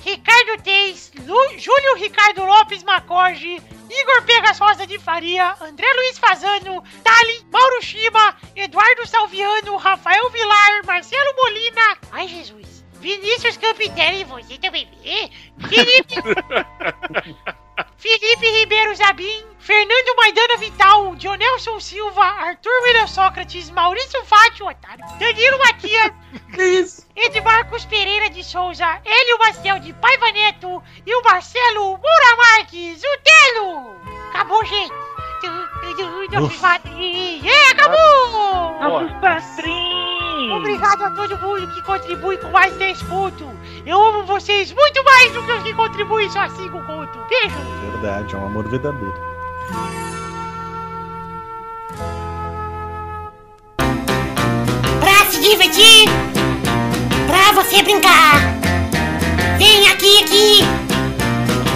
Ricardo Teis, Lu- Júlio Ricardo Lopes Macorge, Igor Pegas Rosa de Faria, André Luiz Fazano, Tali, Mauro Shima, Eduardo Salviano, Rafael Vilar, Marcelo Molina. Ai, Jesus. Vinícius Campitelli, você também vê? Felipe, Felipe Ribeiro Zabim, Fernando Maidana Vital, Dionelson Silva, Arthur William Sócrates, Maurício Fátio, otário, Danilo Matias, Edmarcos Pereira de Souza, Hélio Marcel de Paiva Neto e o Marcelo Moura Marques, o Telo! Acabou, gente! É, acabou! Nossos pastrinhos! Obrigado a todo mundo que contribui com mais 10 pontos! Eu amo vocês muito mais do que os que contribuem só 5 conto! Beijo! Verdade, é um amor verdadeiro. Pra se divertir, pra você brincar. Vem aqui, aqui.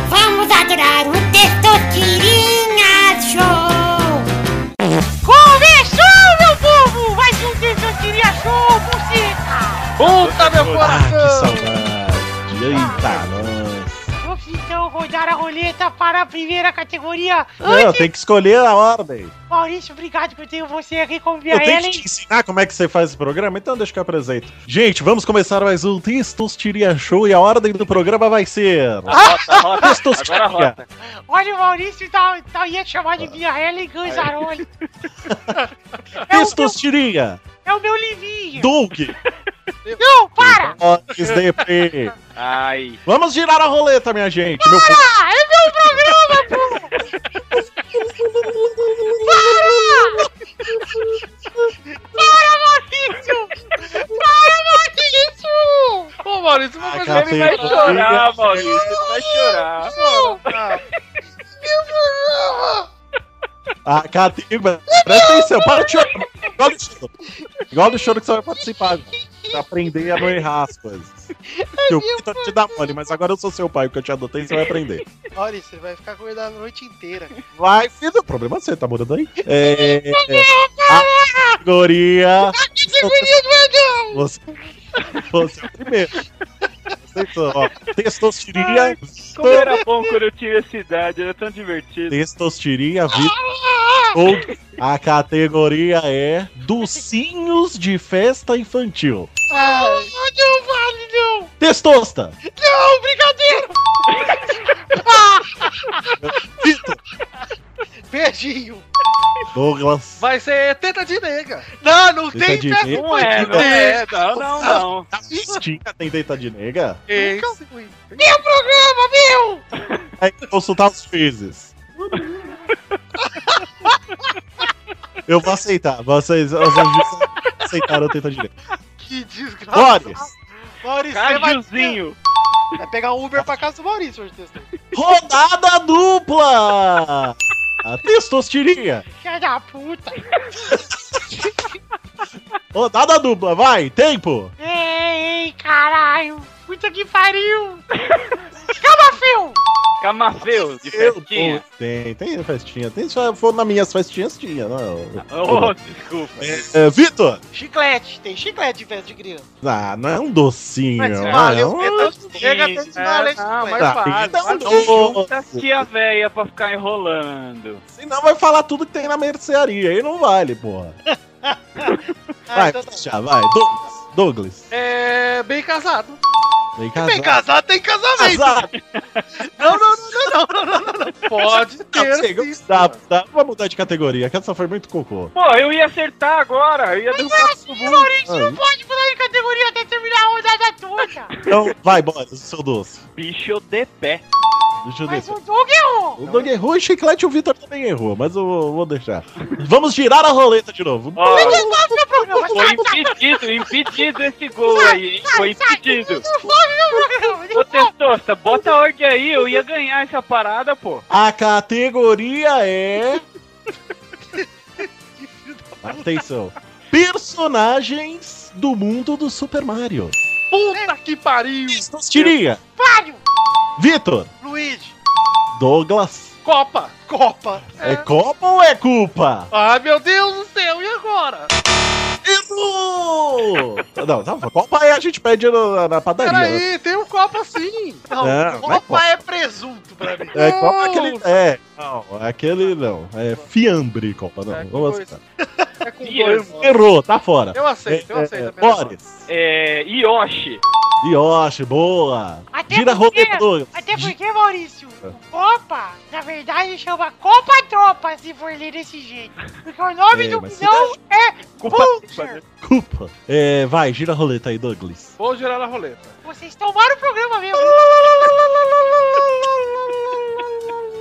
Vamos adorar o Testosterinha Show. Começou, meu povo! Mais um Testosteria Show, buceta! Puta, meu coração! Ah, Ah. que saudade. Eita, nós. Vamos então rodar a roleta para a primeira categoria. Ah! Não, tem que escolher a ordem. Maurício, obrigado por ter você aqui com a Eu tenho Ellen. que te ensinar como é que você faz esse programa, então deixa que eu apresento. Gente, vamos começar mais um Testosteria Show e a ordem do programa vai ser... Testosteria. Olha, o Maurício tá, tá, ia te chamar Ah. de minha Ellen Ganzaroli. Testosteria. É o meu livinho. Doug. Não, para! SDP. Ai. Vamos girar a roleta, minha gente. Meu povo. Ah, é meu programa, pô! Para! Para, Maurício! Para, Maurício! Ô, Maurício, vou fazer Ele vai chorar, Maurício. Ele vai chorar. Meu programa! A Catiba. Presta atenção, para de chorar. Igual do choro. Igual do choro que você vai participar. né? Pra aprender a não errar as coisas. Seu pai te dá mole, mas agora eu sou seu pai, o que eu te adotei, você vai aprender. Maurício, vai ficar com ele a noite inteira. Vai, filho. O problema é seu, tá morando aí? É. Ah, A categoria. Categoria do Edão! Você, é você é o primeiro. Aceitou, ó. Testosteria. Como era bom quando eu tinha essa idade, era tão divertido. Testosteria, vida. A categoria é Docinhos de Festa Infantil. Ah, não vale, não! Testosta! Não, brincadeira! Beijinho. Douglas. Vai ser teta de nega. Não, não Teta de nega. Não é, não é. Não, não, não. Tinha tem deita de nega? Esse. Meu programa, meu! Aí consultar os juízes. Eu vou aceitar. Vocês, os juízes aceitaram teta de nega. Que desgraça. Boris! Maurício, você vai... Vai pegar um Uber pra casa do Maurício, hoje, Testoso. Rodada dupla! A testosteria! Filha da puta! (laughs) Rodada dupla, vai! Tempo! Ei, caralho! Puta que pariu! Calma, Phil! Camafeu, de festinha. Tem, tem festinha. Tem, só for nas minhas festinhas, tinha. Não, Oh, desculpa. É, Vitor! Chiclete, tem chiclete de festa de criança. Ah, não é um docinho. Mas não, vale, é os um... pedaços chega até desvaler. Ah, mas Tá, faz. então Faz um doce. junta as tia véia pra ficar enrolando. Senão vai falar tudo que tem na mercearia. Aí não vale, porra. Vai, já, vai. Douglas. Douglas. É. Bem casado. Vem Bem casar. casado tem casamento. Não, não, não, não, não, não, não, não. Pode ter. Tá, tá, vamos mudar de categoria, que essa foi muito cocô. Pô, eu ia acertar agora. Eu ia dar um passo pro mundo. Maurício, Ah, não pode mudar de categoria (laughs) até terminar a rodada toda! Então, vai, bora, o seu doce. Bicho de pé. Deixa eu Mas deixar. o Doug errou. O Doug errou e o Chiclete e o Vitor também errou, mas eu vou vou deixar. Vamos girar a roleta de novo. Foi impedido, impedido esse gol aí, hein? Foi impedido. Ô, Testosta, bota a ordem aí, eu ia ganhar essa parada, pô. A categoria é. Atenção. Personagens do mundo do Super Mario. Puta que pariu! Tiria, Plário! Vitor, Luigi! Douglas. Copa! Copa! É Copa ou é culpa? Ai, meu Deus do céu, e agora? Errou! Não, tá, Copa aí a gente pede na, na padaria. né? Peraí, tem um Copa sim! Não, É, vai Copa Copa. é presunto pra mim. É Copa aquele. É, não, aquele não. É fiambre Copa, não. Vamos aceitar. É com dois. Errou, tá fora. Eu aceito, eu É, aceito. é, Boris, É. Yoshi. Yoshi, boa. Até Gira a porque, roleta, Douglas. até porque, Maurício, o Ah. Copa, na verdade, chama Copa Tropa, se for ler desse jeito. Porque o nome É, do mas- pilão é Vulture. Culpa. É, vai, gira a roleta aí, Douglas. Vou girar na roleta. Vocês tomaram o programa mesmo.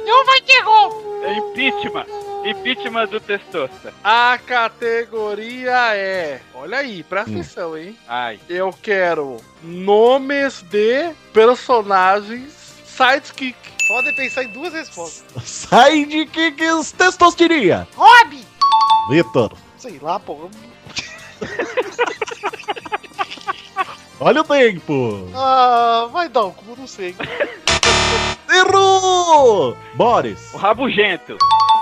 Não vai ter gol. É impeachment. Impeachment do Testosta. A categoria é. Olha aí, presta atenção, hein? Ai. Eu quero nomes de personagens sidekick. Podem pensar em duas respostas. Sai de que que os textos diria? Rob! Vitor, Sei lá, pô. (laughs) olha o tempo. Ah, vai dar o cu, não sei. Errou! Boris, O Rabugento.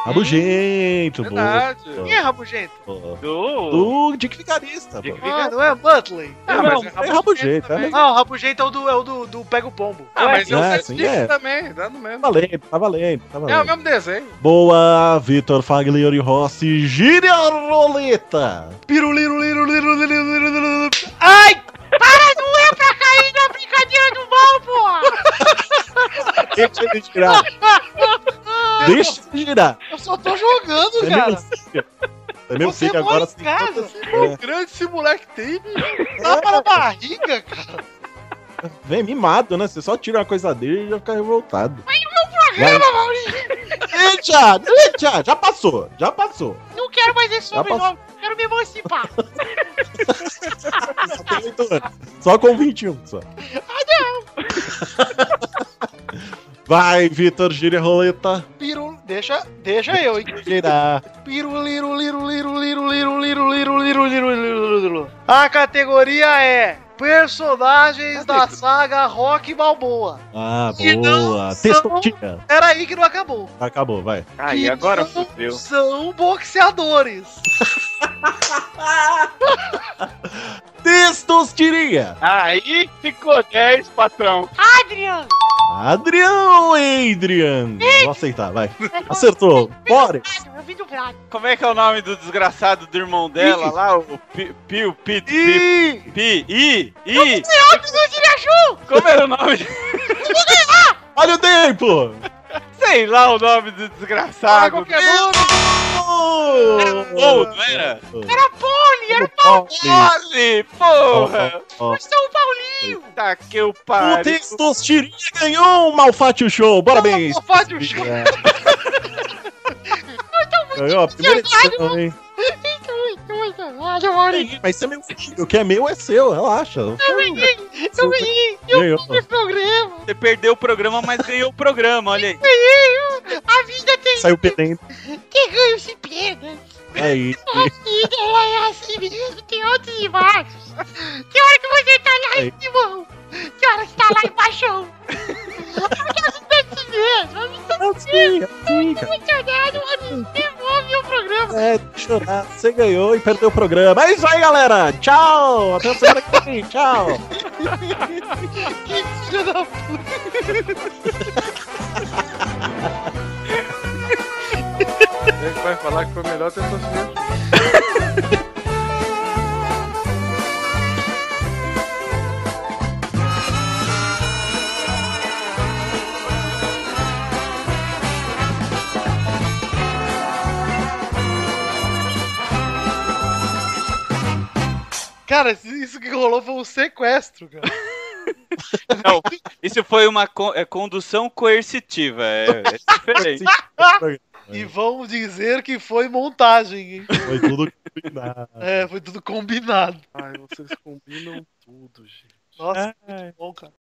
rabugento, boa. Verdade. Quem é rabugento? Do dignitarista, pô. Ah, não é Butley. Ah, mas é rabugento, né? Não, o rabugento é o do, é o do, do Pega o Pombo. Ah, mas eu Ah, sei sim, disso é. também, dá no Tá mesmo. valendo, tá valendo, tá É o valendo. mesmo desenho. Boa, Vitor Faglioli Rossi, gire a roleta. Pirulirulirulirulirulirulirulirulirulirulirulirulirulirulirulirulirulirulirulirulirulirulirulirulirulirulirulirulirulirulirulirulirulirulirulirulirulirulirulirulirulirulirulirul- Ai! Para, não é pra cair na brincadeira do mal, porra. Deixa ele (laughs) girar. Deixa ele girar. Eu só tô jogando, É meu cara. filho. É meu filho mora agora em casa. É. Grande esse moleque tem, bicho. Tapa Tá na barriga, cara. Vem mimado, né? Você só tira uma coisa dele e já fica revoltado. Mas o meu programa, Vai. Maurício. Eita, eita, já passou, já passou. Não quero mais esse Já passou. sobrenome. Quero me emancipar. Só tem oito anos. Só com 21, só. Ah, não. (laughs) Vai, Vitor, gira a roleta. Piru... Deixa, deixa eu, hein. Girar. Pirulirulirulirulirulirulirulirulirulirulirulirulirulirulirulirulirulirulirulirulirulirulirulirulirulirulirulirulirulirulirulirulirulirulirul A categoria é Personagens da saga Rock Balboa. Ah, boa. Textotinha. Era aí que não acabou. Acabou, vai. Aí, agora fudeu. São boxeadores. Testostiria. Aí ficou 10, patrão. Adrian. Adrião, Adrian. Vou aceitar, vai. Acertou. Bora. Eu vim dublado. Como é que é o nome do desgraçado do irmão dela Ih. lá? O Pi, Pio, Pi, Pi, Pi, I, I. Outros não dirajou. Como era o nome? Olha o tempo. Sei lá o nome do desgraçado. qualquer nome. Era Paul, não era? Era Poli, era Paulinho. Poli, porra. Ó, ó. São Paulinho. Tá que eu O pariu. Testostiria ganhou o Malfátio Show. Parabéns. Malfátio (laughs) Show. (laughs) Eu tô muito Ganhou a primeira edição, Maurício. hein? Eu tô muito, muito emocionado, Maurício. Mas você é meu filho. O que é meu é seu, relaxa. Eu ganhei, eu ganhei. Eu Ganhou. fiz esse programa. Você perdeu o programa, mas ganhou o programa, olha aí. Ganhei. eu- A vida tem... Saiu perdendo. Quem ganha se perde. É isso. A vida ela (laughs) é assim mesmo, tem altos e baixos. Tem hora que você tá É lá em cima, tem hora que tá lá em baixão. Porque a vida é assim mesmo, a vida é assim mesmo. Fica. Emocionado, mano, devolve o programa. É, de chorar. Você ganhou e perdeu o programa. É isso aí, galera. Tchau. Até a semana que vem. Tchau. que filho da puta. Ele vai falar que foi melhor ter torcido. Cara, isso que rolou foi um sequestro, cara. Não, isso foi uma con- é condução coercitiva. É, é diferente. E vão dizer que foi montagem, hein? É. Foi tudo combinado. É, foi tudo combinado. Ai, vocês combinam tudo, gente. Nossa, muito bom, cara.